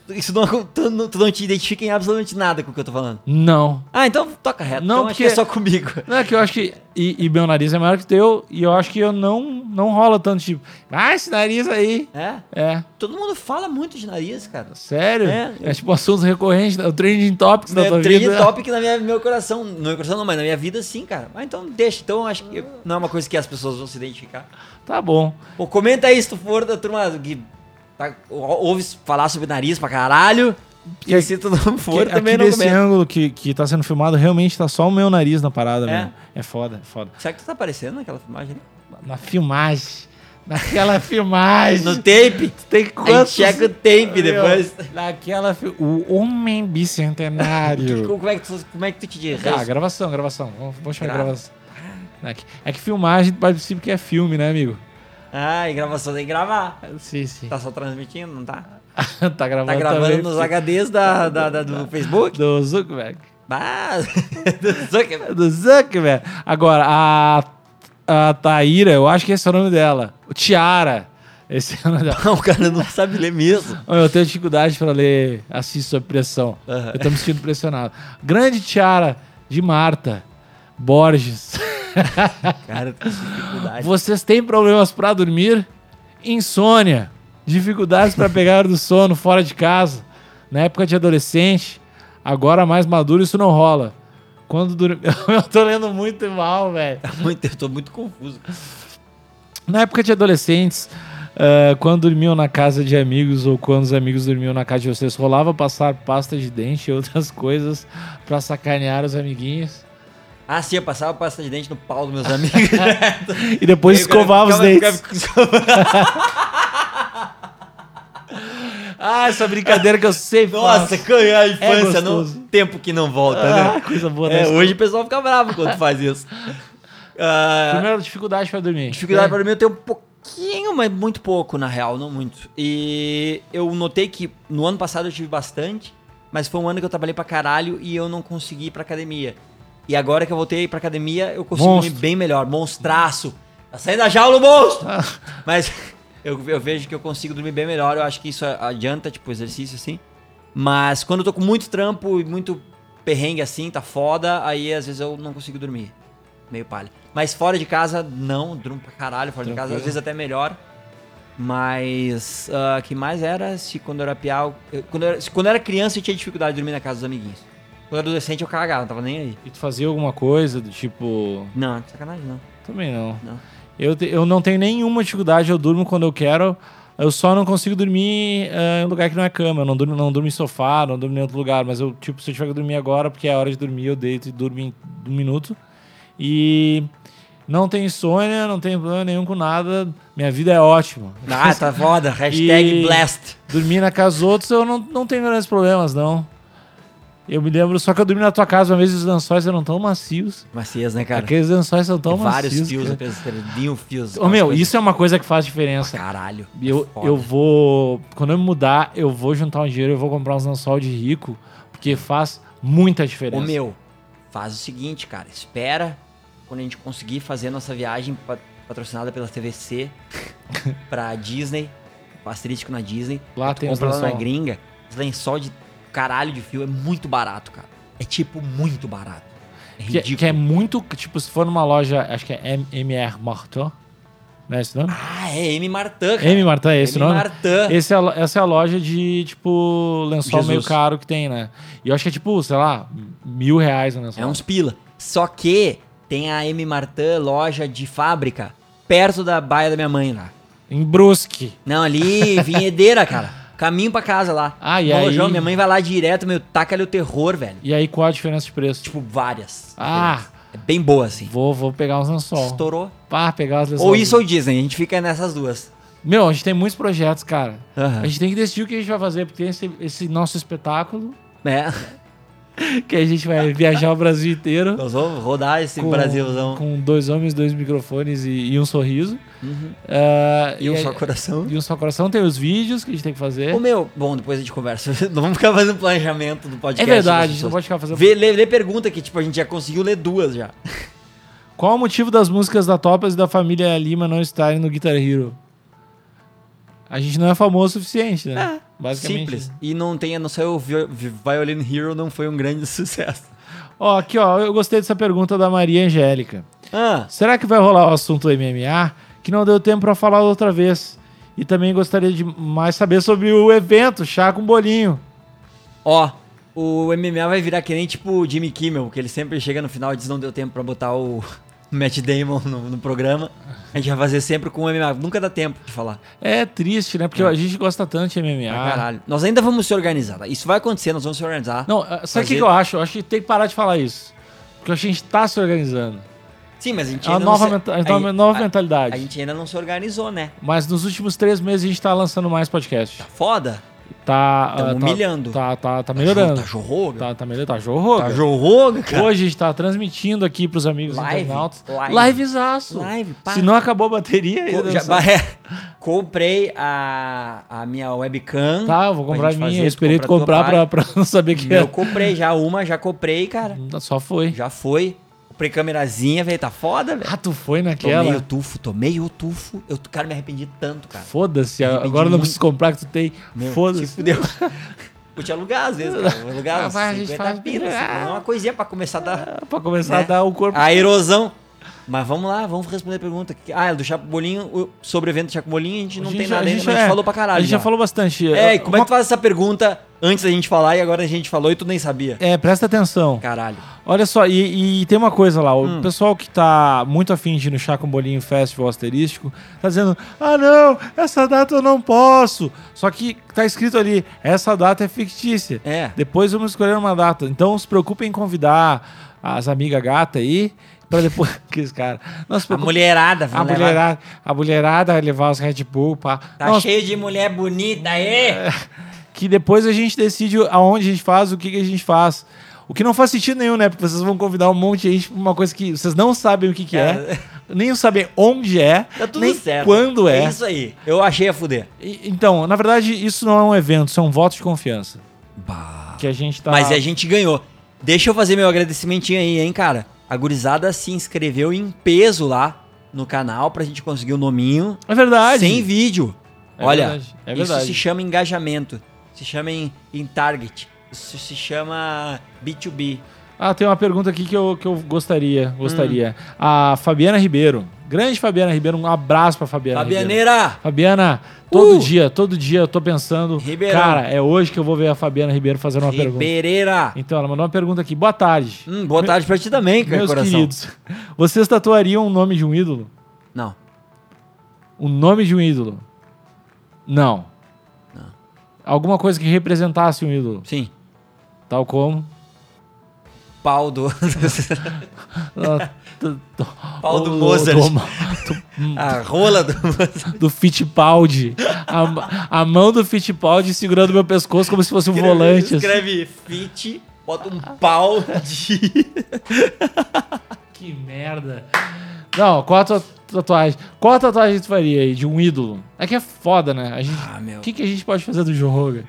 [SPEAKER 2] Isso não, acon- tu, não, tu não te identifica em absolutamente nada com o que eu tô falando.
[SPEAKER 1] Não.
[SPEAKER 2] Ah, então toca reto.
[SPEAKER 1] Não,
[SPEAKER 2] então acho que é
[SPEAKER 1] porque-
[SPEAKER 2] só comigo.
[SPEAKER 1] Não, é que eu acho que. E, e meu nariz é maior que o teu, e eu acho que eu não, não rola tanto, tipo. Ah, esse nariz aí.
[SPEAKER 2] É?
[SPEAKER 1] É,
[SPEAKER 2] Todo mundo fala muito de nariz, cara.
[SPEAKER 1] sério?
[SPEAKER 2] É,
[SPEAKER 1] É,
[SPEAKER 2] eu-
[SPEAKER 1] tipo um assunto recorrente, o trending topics da
[SPEAKER 2] É
[SPEAKER 1] tua
[SPEAKER 2] um trend
[SPEAKER 1] vida.
[SPEAKER 2] topic na minha, meu coração. No meu coração não, mas na minha vida sim, cara. Mas então deixa. Então acho que não é uma coisa que as pessoas vão se identificar.
[SPEAKER 1] Tá bom.
[SPEAKER 2] Pô, comenta aí se tu for da turma que tá, ou- ouve falar sobre nariz pra caralho. E,
[SPEAKER 1] Que-
[SPEAKER 2] se tu não for,
[SPEAKER 1] Porque
[SPEAKER 2] também
[SPEAKER 1] aqui
[SPEAKER 2] não
[SPEAKER 1] desse
[SPEAKER 2] comenta.
[SPEAKER 1] ângulo que, que tá sendo filmado, realmente tá só o meu nariz na parada,
[SPEAKER 2] É?
[SPEAKER 1] mesmo. É foda, é foda.
[SPEAKER 2] Será que tu tá aparecendo naquela filmagem? ali?
[SPEAKER 1] Na filmagem. Naquela filmagem.
[SPEAKER 2] No tape?
[SPEAKER 1] É tem
[SPEAKER 2] A gente checa o tape depois.
[SPEAKER 1] Naquela fi- O homem bicentenário.
[SPEAKER 2] Como é que tu, como é que tu te diz?
[SPEAKER 1] ah, gravação, gravação. Vamos, vamos chamar de
[SPEAKER 2] Grava.
[SPEAKER 1] gravação. É que, é que filmagem participa que é filme, né, amigo?
[SPEAKER 2] Ah, e gravação tem que gravar.
[SPEAKER 1] Sim, sim. Tá,
[SPEAKER 2] Tá só transmitindo, não tá?
[SPEAKER 1] gravando
[SPEAKER 2] Tá gravando
[SPEAKER 1] também,
[SPEAKER 2] nos
[SPEAKER 1] porque-
[SPEAKER 2] HDs da, da- da- do Facebook?
[SPEAKER 1] Do Zuckerberg.
[SPEAKER 2] Ah, do Zuckerberg.
[SPEAKER 1] Do Zuckerberg. Agora, a a Taíra, eu acho que esse é o nome dela. O Tiara. Esse é o nome dela.
[SPEAKER 2] Não, o cara não sabe ler mesmo.
[SPEAKER 1] Eu tenho dificuldade pra ler Assis sob pressão.
[SPEAKER 2] Aham.
[SPEAKER 1] Eu tô me sentindo pressionado. Grande Tiara de Marta Borges.
[SPEAKER 2] Cara, tem dificuldade.
[SPEAKER 1] Vocês têm problemas pra dormir? Insônia, dificuldades pra pegar do sono fora de casa. Na época de adolescente, agora mais maduro isso não rola. Quando dormir, eu tô lendo muito mal, velho.
[SPEAKER 2] tá Muito, eu tô muito confuso.
[SPEAKER 1] Na época de adolescentes, ah, quando dormiam na casa de amigos ou quando os amigos dormiam na casa de vocês, rolava passar pasta de dente e outras coisas pra sacanear os amiguinhos.
[SPEAKER 2] Ah, sim, eu passava pasta de dente no pau dos meus amigos. direto.
[SPEAKER 1] E depois
[SPEAKER 2] Aí o cara
[SPEAKER 1] escovava os
[SPEAKER 2] ficava-
[SPEAKER 1] dentes.
[SPEAKER 2] ficava-
[SPEAKER 1] Ah, essa brincadeira que eu sempre
[SPEAKER 2] Nossa,
[SPEAKER 1] faço.
[SPEAKER 2] que é a infância,
[SPEAKER 1] É gostoso.
[SPEAKER 2] não, tempo que não volta,
[SPEAKER 1] Ah,
[SPEAKER 2] né?
[SPEAKER 1] coisa boa.
[SPEAKER 2] É,
[SPEAKER 1] né?
[SPEAKER 2] hoje o pessoal fica bravo quando faz isso. Ah,
[SPEAKER 1] Primeiro, dificuldade pra dormir. É.
[SPEAKER 2] Dificuldade
[SPEAKER 1] pra
[SPEAKER 2] para mim eu tenho um pouquinho, mas muito pouco, na real, não muito. E eu notei que no ano passado eu tive bastante, mas foi um ano que eu trabalhei pra caralho e eu não consegui ir pra academia. E agora que eu voltei pra academia, eu consigo
[SPEAKER 1] Monstro.
[SPEAKER 2] ir bem melhor. Monstraço! Tá saindo da jaula, o monstro! mas eu, eu vejo que eu consigo dormir bem melhor, eu acho que isso adianta, tipo, exercício assim. Mas quando eu tô com muito trampo e muito perrengue assim, tá foda, aí às vezes eu não consigo dormir. Meio palha. Mas fora de casa, não, durmo pra caralho fora de casa,
[SPEAKER 1] Tranquilo.
[SPEAKER 2] às vezes até melhor. Mas ah, que mais era se quando eu era piau. eu- Quando eu era, se- quando eu era criança, eu tinha dificuldade de dormir na casa dos amiguinhos. Quando eu era adolescente, eu cagava, não tava nem aí.
[SPEAKER 1] E tu fazia alguma coisa do tipo.
[SPEAKER 2] Não, sacanagem não.
[SPEAKER 1] Também não.
[SPEAKER 2] Não.
[SPEAKER 1] Eu, te- eu não tenho nenhuma dificuldade, eu durmo quando eu quero. Eu só não consigo dormir ah, em lugar que não é cama. Eu não durmo, não durmo em sofá, não durmo em outro lugar. Mas eu, tipo, se eu tiver que dormir agora, porque é a hora de dormir, eu deito e durmo em um minuto. E não tenho insônia, não tenho problema nenhum com nada. Minha vida é ótima.
[SPEAKER 2] Ah, tá foda. Hashtag
[SPEAKER 1] E-
[SPEAKER 2] blast.
[SPEAKER 1] Dormir na casa dos outros, eu não, não tenho grandes problemas, não. Eu me lembro, só que eu dormi na tua casa uma vez e os lençóis eram tão macios.
[SPEAKER 2] Macias, né, cara?
[SPEAKER 1] Aqueles lençóis são tão
[SPEAKER 2] Vários
[SPEAKER 1] macios.
[SPEAKER 2] fios,
[SPEAKER 1] cara.
[SPEAKER 2] apenas perdinho fios.
[SPEAKER 1] né? Ô, meu,
[SPEAKER 2] aquelas
[SPEAKER 1] isso é uma coisa que faz diferença.
[SPEAKER 2] Caralho.
[SPEAKER 1] Eu,
[SPEAKER 2] Ah, foda.
[SPEAKER 1] eu vou. Quando eu me mudar, eu vou juntar um dinheiro, eu vou comprar uns lençol de rico, porque faz muita
[SPEAKER 2] Ô
[SPEAKER 1] diferença.
[SPEAKER 2] meu, faz o seguinte, cara. Espera quando a gente conseguir fazer a nossa viagem pa- patrocinada pela TVC pra Disney, o asterístico na Disney.
[SPEAKER 1] Lá
[SPEAKER 2] tu
[SPEAKER 1] tem os
[SPEAKER 2] compra lá na
[SPEAKER 1] lençol.
[SPEAKER 2] gringa, os lençol de caralho de fio é muito barato, cara. É tipo muito barato. É
[SPEAKER 1] que,
[SPEAKER 2] ridículo.
[SPEAKER 1] que é muito. Tipo, se for numa loja, acho que é M- MR Martin. Não é esse o nome?
[SPEAKER 2] Ah, é M. Martin, cara.
[SPEAKER 1] M Martin é esse o
[SPEAKER 2] M.
[SPEAKER 1] nome?
[SPEAKER 2] Martin.
[SPEAKER 1] Esse é, a lo- essa é a loja de, tipo, lençol
[SPEAKER 2] Jesus.
[SPEAKER 1] meio caro que tem, né? E eu acho que é tipo, sei lá, mil reais um lençol.
[SPEAKER 2] É uns pila. Só que tem a M. Martin loja de fábrica perto da baia da minha mãe lá.
[SPEAKER 1] Em Brusque.
[SPEAKER 2] Não, ali, vinhedeira, cara. Caminho pra casa lá.
[SPEAKER 1] Ah, e
[SPEAKER 2] No
[SPEAKER 1] aí?
[SPEAKER 2] lojão, minha mãe vai lá direto, meu, taca ali o terror, velho.
[SPEAKER 1] E aí, qual a diferença de preço?
[SPEAKER 2] Tipo, várias.
[SPEAKER 1] Ah.
[SPEAKER 2] É bem boa, assim.
[SPEAKER 1] Vou, vou pegar uns lençol.
[SPEAKER 2] Estourou.
[SPEAKER 1] Pá, pegar os lençol.
[SPEAKER 2] Ou isso ou Disney, a gente fica nessas duas.
[SPEAKER 1] Meu, a gente tem muitos projetos, cara.
[SPEAKER 2] Aham.
[SPEAKER 1] A gente tem que decidir o que a gente vai fazer, porque tem esse, esse nosso espetáculo,
[SPEAKER 2] É.
[SPEAKER 1] que a gente vai viajar o Brasil inteiro.
[SPEAKER 2] Nós vamos rodar esse
[SPEAKER 1] com-
[SPEAKER 2] Brasilzão.
[SPEAKER 1] Com dois homens, dois microfones e, e um sorriso.
[SPEAKER 2] Uhum.
[SPEAKER 1] Ah,
[SPEAKER 2] E um
[SPEAKER 1] aí-
[SPEAKER 2] só coração.
[SPEAKER 1] E um só coração. Tem os vídeos que a gente tem que fazer.
[SPEAKER 2] Ô, meu, bom, depois a gente conversa. Não vamos ficar fazendo planejamento do
[SPEAKER 1] É
[SPEAKER 2] podcast.
[SPEAKER 1] verdade, a
[SPEAKER 2] das
[SPEAKER 1] gente não
[SPEAKER 2] pessoas.
[SPEAKER 1] pode ficar fazendo.
[SPEAKER 2] Vê, lê, lê pergunta que, tipo, a gente já conseguiu ler duas já.
[SPEAKER 1] Qual o motivo das músicas da Topaz e da família Lima não estarem no Guitar Hero? A gente não é famoso o suficiente, né? Basicamente.
[SPEAKER 2] É, Simples. E não tem, a não ser o Vi- Vi- Violin Hero não foi um grande sucesso.
[SPEAKER 1] Ó, aqui, ó, eu gostei dessa pergunta da Maria Angélica.
[SPEAKER 2] Ah,
[SPEAKER 1] Será que vai rolar o assunto MMA? Que não deu tempo pra falar outra vez. E também gostaria de mais saber sobre o evento, chá com bolinho.
[SPEAKER 2] Ó, o MMA vai virar que nem tipo o Jimmy Kimmel, que ele sempre chega no final e diz não deu tempo pra botar o Matt Damon no, no programa. A gente vai fazer sempre com o MMA, nunca dá tempo de falar.
[SPEAKER 1] É triste, né? Porque a gente gosta tanto de MMA.
[SPEAKER 2] Pra caralho. Nós ainda vamos se organizar, tá? isso vai acontecer, nós vamos se organizar.
[SPEAKER 1] Não, ah, sabe o que,
[SPEAKER 2] Fazer-
[SPEAKER 1] que eu acho? Eu acho que tem que parar de falar isso. Porque eu acho que a gente tá se organizando.
[SPEAKER 2] Sim, mas a gente
[SPEAKER 1] É uma
[SPEAKER 2] ainda não
[SPEAKER 1] nova,
[SPEAKER 2] se-
[SPEAKER 1] menta-
[SPEAKER 2] a,
[SPEAKER 1] nova- nova
[SPEAKER 2] a-
[SPEAKER 1] mentalidade.
[SPEAKER 2] a gente ainda não se organizou, né?
[SPEAKER 1] Mas nos últimos três meses a gente tá lançando mais podcast.
[SPEAKER 2] Tá foda?
[SPEAKER 1] Tá.
[SPEAKER 2] Tamo
[SPEAKER 1] ah, tá-
[SPEAKER 2] humilhando.
[SPEAKER 1] Tá, tá, tá
[SPEAKER 2] Tá
[SPEAKER 1] melhorando.
[SPEAKER 2] jorroga?
[SPEAKER 1] Tá, tá melhorando. Tá jorroga.
[SPEAKER 2] Tá jorroga, cara?
[SPEAKER 1] Hoje a gente tá transmitindo aqui pros amigos
[SPEAKER 2] Live,
[SPEAKER 1] internautas.
[SPEAKER 2] live.
[SPEAKER 1] Livezaço.
[SPEAKER 2] Live, pá.
[SPEAKER 1] Se não acabou a bateria,
[SPEAKER 2] Co-
[SPEAKER 1] ainda
[SPEAKER 2] já- é.
[SPEAKER 1] não
[SPEAKER 2] comprei a, a minha webcam.
[SPEAKER 1] Tá, eu vou
[SPEAKER 2] pra
[SPEAKER 1] comprar a
[SPEAKER 2] gente
[SPEAKER 1] minha.
[SPEAKER 2] fazer,
[SPEAKER 1] eu
[SPEAKER 2] tu
[SPEAKER 1] esperei tu
[SPEAKER 2] compra a
[SPEAKER 1] comprar
[SPEAKER 2] tua
[SPEAKER 1] pra, pra não saber que
[SPEAKER 2] Eu
[SPEAKER 1] era.
[SPEAKER 2] comprei já uma, já comprei, cara.
[SPEAKER 1] Só foi.
[SPEAKER 2] Já foi. Pré-câmerazinha, velho, tá foda, velho.
[SPEAKER 1] Ah, tu foi
[SPEAKER 2] Tomei o
[SPEAKER 1] naquela?
[SPEAKER 2] tufo, tomei o tufo. Eu, cara, me arrependi tanto, cara.
[SPEAKER 1] Foda-se,
[SPEAKER 2] arrependi
[SPEAKER 1] agora não
[SPEAKER 2] muito.
[SPEAKER 1] preciso comprar que tu tem.
[SPEAKER 2] Meu, se
[SPEAKER 1] Foda-se.
[SPEAKER 2] fudeu. Vou te alugar às vezes, cara. Vou alugar
[SPEAKER 1] Ah,
[SPEAKER 2] uns
[SPEAKER 1] vai, a gente
[SPEAKER 2] 50
[SPEAKER 1] faz-
[SPEAKER 2] pila,
[SPEAKER 1] Ah.
[SPEAKER 2] assim, uma coisinha pra começar a dar
[SPEAKER 1] Ah, Pra começar
[SPEAKER 2] Né?
[SPEAKER 1] a dar o corpo.
[SPEAKER 2] a erosão. Mas vamos lá, vamos responder a pergunta. Ah, é do Chaco Bolinho, o- sobre o evento do Chaco Bolinho, a gente não
[SPEAKER 1] A gente
[SPEAKER 2] tem
[SPEAKER 1] já-
[SPEAKER 2] nada ainda, mas a gente
[SPEAKER 1] é,
[SPEAKER 2] falou pra caralho.
[SPEAKER 1] A gente já, falou bastante.
[SPEAKER 2] É, e
[SPEAKER 1] Eu-
[SPEAKER 2] como é que tu faz essa pergunta antes da gente falar e agora a gente falou e tu nem sabia?
[SPEAKER 1] É, presta atenção.
[SPEAKER 2] Caralho.
[SPEAKER 1] Olha só, e, e tem uma coisa lá, o
[SPEAKER 2] Hum.
[SPEAKER 1] pessoal que tá muito afim de ir no Chá com Bolinho Festival Asterístico, tá dizendo, ah não, essa data eu não posso. Só que tá escrito ali, essa data é fictícia.
[SPEAKER 2] É.
[SPEAKER 1] Depois vamos escolher uma data. Então se preocupem em convidar as amigas gata aí, pra depois... que esse cara... Não se
[SPEAKER 2] A
[SPEAKER 1] preocupe-
[SPEAKER 2] mulherada,
[SPEAKER 1] A
[SPEAKER 2] vamos levar-
[SPEAKER 1] mulherada, a mulherada levar os Red Bull, pá.
[SPEAKER 2] Tá
[SPEAKER 1] Não,
[SPEAKER 2] cheio de mulher bonita aí.
[SPEAKER 1] que depois a gente decide aonde a gente faz, o que, que a gente faz. O que não faz sentido nenhum, né? Porque vocês vão convidar um monte de gente pra uma coisa que vocês não sabem o que, que é, nem sabem onde é,
[SPEAKER 2] Tá tudo
[SPEAKER 1] nem
[SPEAKER 2] certo.
[SPEAKER 1] quando é.
[SPEAKER 2] isso aí. Eu achei a fuder.
[SPEAKER 1] E- então, na verdade, isso não é um evento, isso é um voto de confiança. Que a gente tá.
[SPEAKER 2] Mas é a gente ganhou. Deixa eu fazer meu agradecimentinho aí, hein, cara. A gurizada se inscreveu em peso lá no canal pra gente conseguir o nominho.
[SPEAKER 1] É verdade.
[SPEAKER 2] Sem vídeo.
[SPEAKER 1] É
[SPEAKER 2] Olha,
[SPEAKER 1] verdade, é
[SPEAKER 2] isso
[SPEAKER 1] verdade.
[SPEAKER 2] se chama engajamento. Se chama em, em target. Isso se chama B2B.
[SPEAKER 1] Ah, tem uma pergunta aqui que eu, que eu gostaria. gostaria.
[SPEAKER 2] Hum.
[SPEAKER 1] A Fabiana Ribeiro. Grande Fabiana Ribeiro, um abraço pra Fabiana. Ribeiro.
[SPEAKER 2] Fabianeira!
[SPEAKER 1] Fabiana, todo
[SPEAKER 2] Uh!
[SPEAKER 1] dia, todo dia eu tô pensando.
[SPEAKER 2] Ribeirão.
[SPEAKER 1] Cara, é hoje que eu vou ver a Fabiana Ribeiro fazendo uma pergunta.
[SPEAKER 2] Ribereira!
[SPEAKER 1] Então, ela mandou uma pergunta aqui. Boa tarde.
[SPEAKER 2] Hum, boa tarde pra ti também, cara,
[SPEAKER 1] Meus
[SPEAKER 2] coração.
[SPEAKER 1] queridos, vocês tatuariam o nome de um ídolo?
[SPEAKER 2] Não.
[SPEAKER 1] O nome de um ídolo? Não. Alguma coisa que representasse um ídolo,
[SPEAKER 2] Sim.
[SPEAKER 1] tal como.
[SPEAKER 2] Pau do.
[SPEAKER 1] ah, t- t-
[SPEAKER 2] Pau do
[SPEAKER 1] o-
[SPEAKER 2] Mozart.
[SPEAKER 1] do-
[SPEAKER 2] a rola do.
[SPEAKER 1] do Fittipaldi. A, a mão do Fittipaldi segurando meu pescoço como se fosse um volante. assim.
[SPEAKER 2] Escreve fit, bota um pau de.
[SPEAKER 1] Que merda. Não, qual a tua tatuagem? Qual a tatuagem que tu faria aí de um ídolo? É que é foda, né? A gente,
[SPEAKER 2] Ah, meu.
[SPEAKER 1] O que, que a gente pode fazer do Joe Rogan?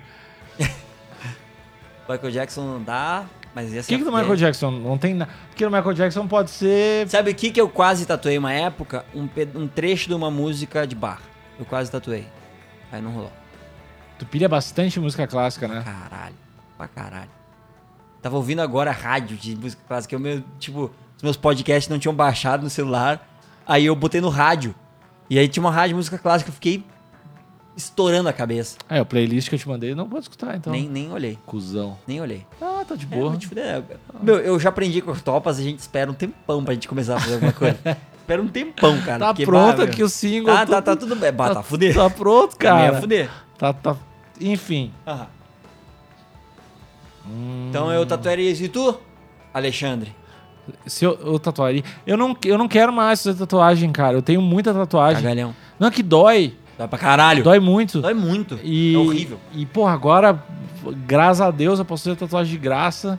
[SPEAKER 2] Michael Jackson não dá, mas é
[SPEAKER 1] O
[SPEAKER 2] essa
[SPEAKER 1] que, que do Michael Jackson? Não tem nada. Porque do Michael Jackson pode ser.
[SPEAKER 2] Sabe o que, que eu quase tatuei uma época? Um, pe- um trecho de uma música de bar. Eu quase tatuei. Aí não rolou.
[SPEAKER 1] Tu pilha bastante música clássica, né?
[SPEAKER 2] Caralho. Pra caralho. Tava ouvindo agora rádio de música clássica. Eu meu, tipo, os meus podcasts não tinham baixado no celular. Aí eu botei no rádio. E aí tinha uma rádio de música clássica. Eu fiquei estourando a cabeça.
[SPEAKER 1] É, o playlist que eu te mandei não pode escutar, então.
[SPEAKER 2] Nem, nem olhei.
[SPEAKER 1] Cusão.
[SPEAKER 2] Nem olhei.
[SPEAKER 1] Ah, tá de
[SPEAKER 2] É,
[SPEAKER 1] boa.
[SPEAKER 2] vou te fuder, né? Meu, eu já aprendi com o Topas, a gente espera um tempão pra gente começar a fazer alguma coisa. espera um tempão, cara.
[SPEAKER 1] tá
[SPEAKER 2] porque,
[SPEAKER 1] pronto
[SPEAKER 2] bah,
[SPEAKER 1] aqui
[SPEAKER 2] meu.
[SPEAKER 1] o single.
[SPEAKER 2] Tá, tá, tá tudo bem. Bah, tá, fuder.
[SPEAKER 1] Tá pronto,
[SPEAKER 2] Tá meio
[SPEAKER 1] cara.
[SPEAKER 2] fuder.
[SPEAKER 1] Tá, tá. Enfim.
[SPEAKER 2] Aham. Então eu tatuaria isso. E tu, Alexandre?
[SPEAKER 1] Se eu, eu tatuaria. Eu não, eu não quero mais fazer tatuagem, cara. Eu tenho muita tatuagem.
[SPEAKER 2] Cagalhão.
[SPEAKER 1] Não é que dói.
[SPEAKER 2] Dói pra caralho.
[SPEAKER 1] Dói muito.
[SPEAKER 2] Dói muito.
[SPEAKER 1] E,
[SPEAKER 2] É horrível.
[SPEAKER 1] E, porra, agora, graças a Deus, eu posso fazer tatuagem de graça.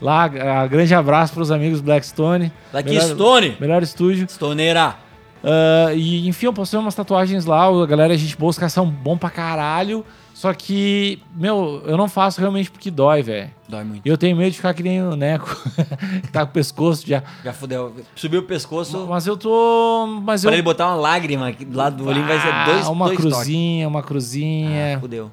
[SPEAKER 1] Lá, a- grande abraço pros amigos Blackstone.
[SPEAKER 2] Daqui,
[SPEAKER 1] melhor,
[SPEAKER 2] Stone.
[SPEAKER 1] Melhor estúdio.
[SPEAKER 2] Stoneira.
[SPEAKER 1] Ah, e, enfim, eu postei umas tatuagens lá. A galera, a gente boa, os caras são bom pra caralho. Só que, meu, eu não faço realmente porque dói, velho.
[SPEAKER 2] Dói muito.
[SPEAKER 1] E eu tenho medo de ficar que nem o Neco, que tá com o pescoço já.
[SPEAKER 2] Já fudeu. Subiu o pescoço.
[SPEAKER 1] Mas eu tô. Mas
[SPEAKER 2] Pra
[SPEAKER 1] eu.
[SPEAKER 2] ele botar uma lágrima aqui do lado do olhinho vai ser dois,
[SPEAKER 1] um- Ah, uma
[SPEAKER 2] dois toques. Ah,
[SPEAKER 1] cruzinha, uma cruzinha.
[SPEAKER 2] Fudeu.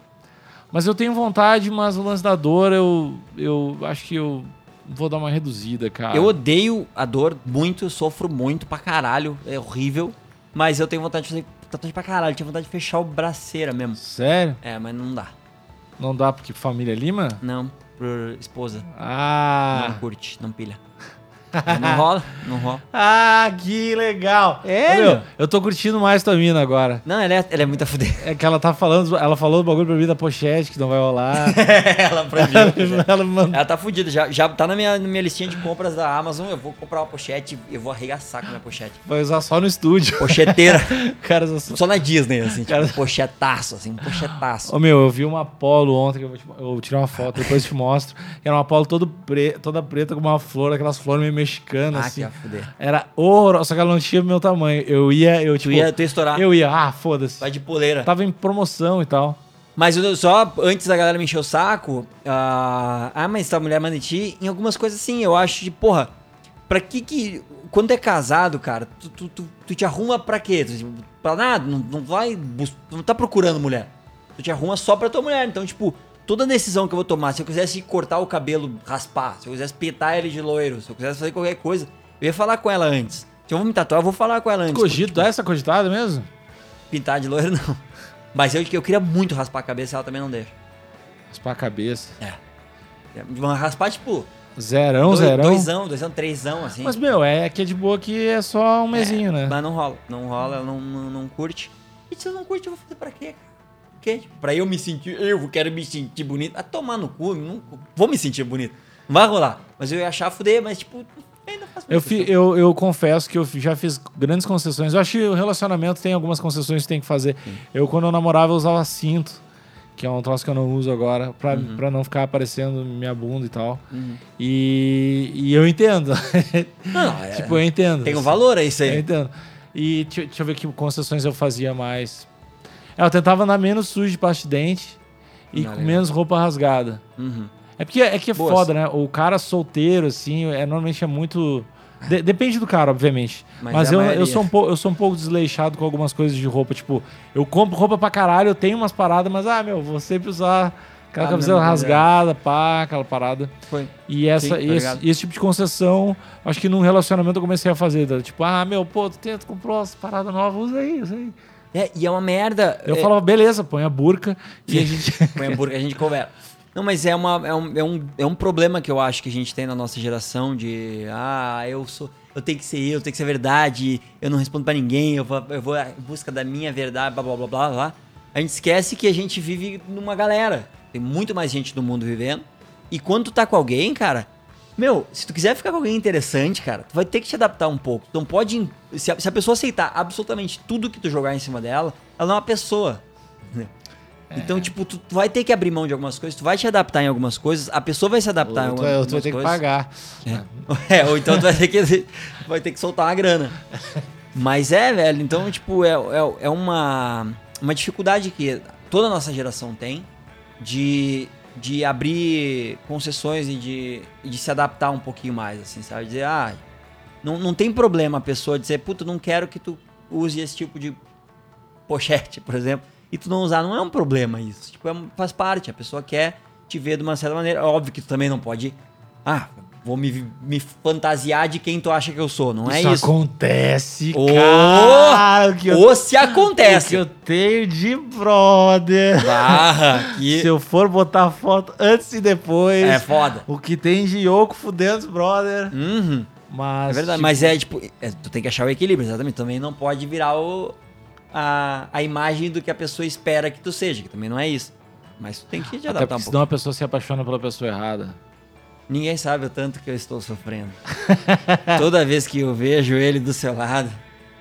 [SPEAKER 1] Mas eu tenho vontade, mas o lance da dor, eu, eu acho que eu vou dar uma reduzida, cara.
[SPEAKER 2] Eu odeio a dor muito, sofro muito pra caralho, é horrível. Mas eu tenho vontade de fazer tatuagem pra caralho, tinha vontade de fechar o braceira mesmo.
[SPEAKER 1] Sério?
[SPEAKER 2] É, mas não dá.
[SPEAKER 1] Não dá porque família é Lima?
[SPEAKER 2] Não, por esposa. Não
[SPEAKER 1] Ah!
[SPEAKER 2] curte, não pilha. não rola, não rola.
[SPEAKER 1] Ah, que legal!
[SPEAKER 2] É,
[SPEAKER 1] Ô, meu,
[SPEAKER 2] meu.
[SPEAKER 1] eu tô curtindo mais tua mina agora.
[SPEAKER 2] Não, ela é, ela é muito a fuder.
[SPEAKER 1] É que ela tá falando, ela falou do bagulho pra mim da pochete, que não vai rolar.
[SPEAKER 2] ela proibiu.
[SPEAKER 1] ela né? mandou.
[SPEAKER 2] Ela tá fudida, já, já tá na minha, na minha listinha de compras da Amazon. Eu vou comprar uma pochete, eu vou arregaçar com a minha pochete.
[SPEAKER 1] Vai usar só no estúdio.
[SPEAKER 2] Pocheteira.
[SPEAKER 1] Cara, eu sou-
[SPEAKER 2] Só na Disney, assim, tipo,
[SPEAKER 1] Cara-
[SPEAKER 2] pochetaço, assim, pochetaço.
[SPEAKER 1] Ô meu, eu vi uma Polo ontem, que eu vou te- eu vou tirar uma foto, depois eu te mostro. Que era uma Polo todo pre- toda preta com uma flor, aquelas flores meio mexicanas,
[SPEAKER 2] Ah,
[SPEAKER 1] assim.
[SPEAKER 2] que a fuder.
[SPEAKER 1] Era horrorosa, só que ela não tinha meu tamanho. Eu ia, eu
[SPEAKER 2] Tu
[SPEAKER 1] tipo.
[SPEAKER 2] ia, tu ia estourar.
[SPEAKER 1] Eu ia, ah, foda-se.
[SPEAKER 2] Vai de poleira.
[SPEAKER 1] Tava em promoção e tal.
[SPEAKER 2] Mas eu- só antes da galera me encher o tá, saco, ah, ah, mas essa mulher manda em ti, em algumas coisas sim, eu acho de, porra, Pra que que. Quando é casado, cara, tu, tu, tu, tu te arruma pra quê? Tu, tipo, pra nada, não, não vai. bus- tu não tá procurando mulher. Tu te arruma só pra tua mulher. Então, tipo, toda decisão que eu vou tomar, se eu quisesse cortar o cabelo, raspar, se eu quisesse pintar ele de loiro, se eu quisesse fazer qualquer coisa, eu ia falar com ela antes. Se eu vou me tatuar, eu vou falar com ela antes.
[SPEAKER 1] Cogito, dá essa cogitada mesmo?
[SPEAKER 2] Pintar de loiro, não. Mas eu, eu queria muito raspar a cabeça, ela também não deixa.
[SPEAKER 1] Raspar a cabeça.
[SPEAKER 2] Mas Raspar, tipo,
[SPEAKER 1] Zerão,
[SPEAKER 2] dois,
[SPEAKER 1] É um zerão.
[SPEAKER 2] doisão, doisão, trêsão, assim.
[SPEAKER 1] Mas, meu, é que é de boa que é só um mesinho, né?
[SPEAKER 2] Mas não rola, não rola, ela não, não, não curte. E se eu não curte, eu vou fazer pra quê? Por quê? Tipo, Pra eu me sentir, eu quero me sentir bonito. Ah, tomar no cu, eu não vou me sentir bonito. Não vai rolar. Mas eu ia achar fuder, mas tipo, ainda faço
[SPEAKER 1] Eu,
[SPEAKER 2] muito.
[SPEAKER 1] fi- eu, eu confesso que eu fi- já fiz grandes concessões. Eu acho que o relacionamento tem algumas concessões que tem que fazer. Eu, quando eu namorava, eu usava cinto, que é um troço que eu não uso agora, pra, pra não ficar aparecendo minha bunda e tal.
[SPEAKER 2] Uhum.
[SPEAKER 1] E, e eu entendo.
[SPEAKER 2] Não, é,
[SPEAKER 1] tipo, eu entendo.
[SPEAKER 2] tem um valor a isso
[SPEAKER 1] Eu
[SPEAKER 2] aí.
[SPEAKER 1] entendo. E deixa, deixa eu ver que concessões eu fazia mais. É, eu tentava andar menos sujo de pasta de dente e
[SPEAKER 2] Ah,
[SPEAKER 1] com
[SPEAKER 2] legal.
[SPEAKER 1] menos roupa rasgada.
[SPEAKER 2] Uhum.
[SPEAKER 1] É porque é que é
[SPEAKER 2] Boas.
[SPEAKER 1] foda, né? O cara solteiro, assim, é, normalmente é muito. de- depende do cara, obviamente.
[SPEAKER 2] Mas
[SPEAKER 1] Mas,
[SPEAKER 2] é a
[SPEAKER 1] eu,
[SPEAKER 2] maioria.
[SPEAKER 1] eu, sou um pouco, eu sou um pouco desleixado com algumas coisas de roupa. Tipo, eu compro roupa pra caralho, eu tenho umas paradas, mas, ah, meu, vou sempre usar aquela
[SPEAKER 2] Ah,
[SPEAKER 1] camiseta
[SPEAKER 2] mesmo, tá
[SPEAKER 1] rasgada, pá, aquela parada.
[SPEAKER 2] Foi.
[SPEAKER 1] E essa,
[SPEAKER 2] tá
[SPEAKER 1] esse,
[SPEAKER 2] ligado.
[SPEAKER 1] esse tipo de concessão, acho que num relacionamento eu comecei a fazer. tá? Tipo, ah, meu, pô, tu tenta, comprou umas paradas novas, usa aí, usa aí.
[SPEAKER 2] É, e é uma merda.
[SPEAKER 1] Eu
[SPEAKER 2] é,
[SPEAKER 1] falava, beleza, põe a burca e a gente.
[SPEAKER 2] com o hambúrguer, a gente conversa. Não, mas é, uma, é, um, é, um, é um problema que eu acho que a gente tem na nossa geração de ah, eu sou. Eu tenho que ser eu, eu tenho que ser verdade, eu não respondo pra ninguém, eu vou, eu vou em busca da minha verdade, blá blá blá blá blá. A gente esquece que a gente vive numa galera. Tem muito mais gente no mundo vivendo. E quando tu tá com alguém, cara, meu, se tu quiser ficar com alguém interessante, cara, tu vai ter que te adaptar um pouco. Tu não pode. im- Se a, se a pessoa aceitar absolutamente tudo que tu jogar em cima dela, ela não é uma pessoa. né? Então, tipo, tu tu vai ter que abrir mão de algumas coisas, tu vai te adaptar em algumas coisas, a pessoa vai se adaptar em
[SPEAKER 1] eu, tô-
[SPEAKER 2] algumas
[SPEAKER 1] eu tô- eu tenho que
[SPEAKER 2] Tá, coisas.
[SPEAKER 1] pagar.
[SPEAKER 2] É, ou então tu vai ter que, vai ter que soltar uma grana. Mas é, velho, então, tipo, é, é, é uma, uma dificuldade que toda a nossa geração tem de, de abrir concessões e de, e de se adaptar um pouquinho mais, assim, sabe? Dizer, ah, não, não tem problema a pessoa dizer, puta, não quero que tu use esse tipo de pochete, por exemplo, e tu não usar, não é um problema isso. Tipo, é um- faz parte, a pessoa quer te ver de uma certa maneira. Óbvio que tu também não pode. Ah, vou me, vi- me fantasiar de quem tu acha que eu sou, não é isso.
[SPEAKER 1] acontece,
[SPEAKER 2] Ô,
[SPEAKER 1] cara. o que eu,
[SPEAKER 2] Ou se
[SPEAKER 1] o que
[SPEAKER 2] acontece.
[SPEAKER 1] eu tenho de brother.
[SPEAKER 2] Barra, que
[SPEAKER 1] Se eu for botar foto antes e depois.
[SPEAKER 2] é foda.
[SPEAKER 1] O que tem de Yoko fudendo os brother.
[SPEAKER 2] Uhum.
[SPEAKER 1] Mas.
[SPEAKER 2] É verdade,
[SPEAKER 1] tipo,
[SPEAKER 2] mas é tipo, é, tu tem que achar o equilíbrio, exatamente. Também não pode virar o, a, a imagem do que a pessoa espera que tu seja, que também não é isso. Mas tu tem que te
[SPEAKER 1] Até
[SPEAKER 2] adaptar
[SPEAKER 1] porque
[SPEAKER 2] um pouco.
[SPEAKER 1] senão a pessoa se apaixona pela pessoa errada.
[SPEAKER 2] Ninguém sabe o tanto que eu estou sofrendo. Toda vez que eu vejo ele do seu lado,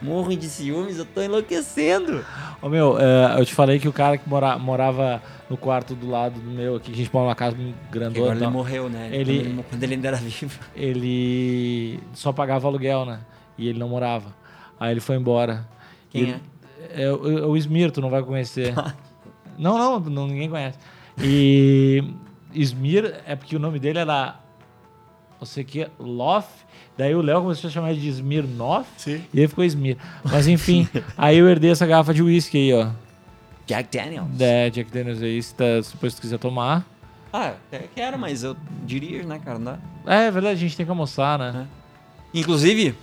[SPEAKER 2] morro de ciúmes, eu tô enlouquecendo.
[SPEAKER 1] Ô meu, é, eu te falei que o cara que mora- morava no quarto do lado do meu aqui, que a gente mora numa casa
[SPEAKER 2] Porque agora
[SPEAKER 1] grandona. e
[SPEAKER 2] ele
[SPEAKER 1] tal,
[SPEAKER 2] morreu, né?
[SPEAKER 1] então. Ele-
[SPEAKER 2] Quando mo- Quando ele ainda era vivo.
[SPEAKER 1] ele só pagava aluguel, né? E ele não morava. Aí ele foi embora.
[SPEAKER 2] Quem
[SPEAKER 1] E-
[SPEAKER 2] é?
[SPEAKER 1] É, o, é o Esmir, tu não vai conhecer. não, não, não, ninguém conhece. E Esmir é porque o nome dele era não sei o que, Loff. Daí o Léo começou a chamar ele de Smirnoff.
[SPEAKER 2] Sim.
[SPEAKER 1] E aí ficou Esmir. Mas enfim, aí eu herdei essa garrafa de uísque aí, ó.
[SPEAKER 2] Jack Daniels.
[SPEAKER 1] Da Jack Daniels aí, se, tá, se depois tu quiser tomar.
[SPEAKER 2] Ah, eu quero, mas eu diria, né, cara? Não dá.
[SPEAKER 1] É, é verdade, a gente tem que almoçar, né?
[SPEAKER 2] Inclusive,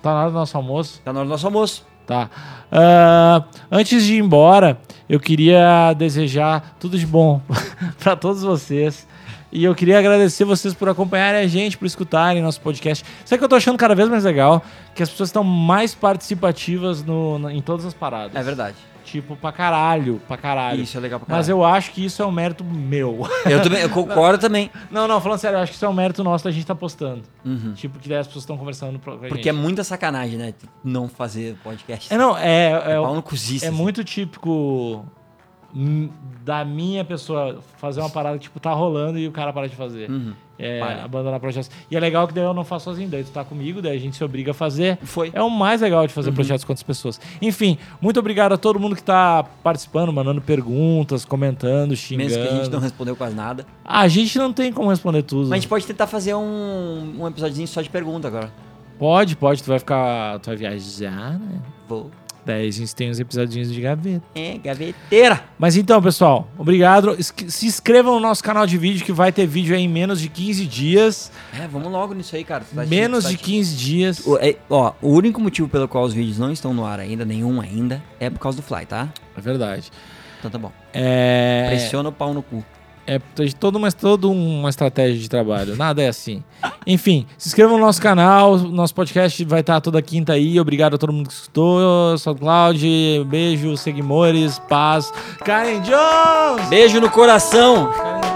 [SPEAKER 1] Tá na hora do nosso almoço.
[SPEAKER 2] tá na hora do nosso almoço.
[SPEAKER 1] Tá. Ah, antes de ir embora, eu queria desejar tudo de bom para todos vocês. E eu queria agradecer vocês por acompanharem a gente, por escutarem nosso podcast. Sabe o que eu tô achando cada vez mais legal? Que as pessoas estão mais participativas no, na- em todas as paradas.
[SPEAKER 2] É verdade.
[SPEAKER 1] Tipo, pra caralho, pra caralho.
[SPEAKER 2] Isso é legal pra caralho.
[SPEAKER 1] Mas eu acho que isso é um mérito meu.
[SPEAKER 2] Eu também, eu concordo também.
[SPEAKER 1] não, não, falando sério, eu acho que isso é um mérito nosso da gente tá postando.
[SPEAKER 2] Uhum.
[SPEAKER 1] Tipo, que daí as pessoas estão conversando pra, com a
[SPEAKER 2] Porque é
[SPEAKER 1] gente.
[SPEAKER 2] muita sacanagem, né? tu Não fazer podcast.
[SPEAKER 1] É, não, é, é,
[SPEAKER 2] assim. Pau no cozista.
[SPEAKER 1] É muito típico hum, da minha pessoa fazer uma parada que tipo, tá rolando e o cara para de fazer.
[SPEAKER 2] Hum. Uhum.
[SPEAKER 1] É,
[SPEAKER 2] Para.
[SPEAKER 1] abandonar projetos. E é legal que daí eu não faço sozinho, daí tu tá comigo, daí a gente se obriga a fazer.
[SPEAKER 2] Foi.
[SPEAKER 1] É o mais legal de
[SPEAKER 2] Uhum.
[SPEAKER 1] fazer projetos com outras pessoas. Enfim, muito obrigado a todo mundo que tá participando, mandando perguntas, comentando, xingando. Ah,
[SPEAKER 2] Mesmo que a gente não respondeu quase nada.
[SPEAKER 1] A gente não tem como responder tudo.
[SPEAKER 2] Mas a gente pode tentar fazer um, um episódiozinho só de pergunta agora.
[SPEAKER 1] Pode, pode, tu vai ficar. Tu vai viajar, né?
[SPEAKER 2] Vou.
[SPEAKER 1] Daí a gente tem uns episodinhos de gaveta.
[SPEAKER 2] É, gaveteira.
[SPEAKER 1] Mas então, pessoal, obrigado. Esque- Se inscrevam no nosso canal de vídeo, que vai ter vídeo aí em menos de 15 dias.
[SPEAKER 2] É, vamos logo nisso aí, cara. Tu tá-
[SPEAKER 1] menos
[SPEAKER 2] tu tá-
[SPEAKER 1] de 15 dias.
[SPEAKER 2] O- é, ó, o único motivo pelo qual os vídeos não estão no ar ainda, nenhum ainda, é por causa do Fly, tá?
[SPEAKER 1] É verdade.
[SPEAKER 2] Então tá bom.
[SPEAKER 1] É.
[SPEAKER 2] Pressiona o pau no cu.
[SPEAKER 1] É de toda uma, toda uma estratégia de trabalho. Nada é assim. Enfim, se inscrevam no nosso canal. Nosso podcast vai estar toda quinta aí. Obrigado a todo mundo que escutou. SoundCloud, beijo, seguimores, paz. Karen Jones!
[SPEAKER 2] Beijo no coração!
[SPEAKER 1] Karen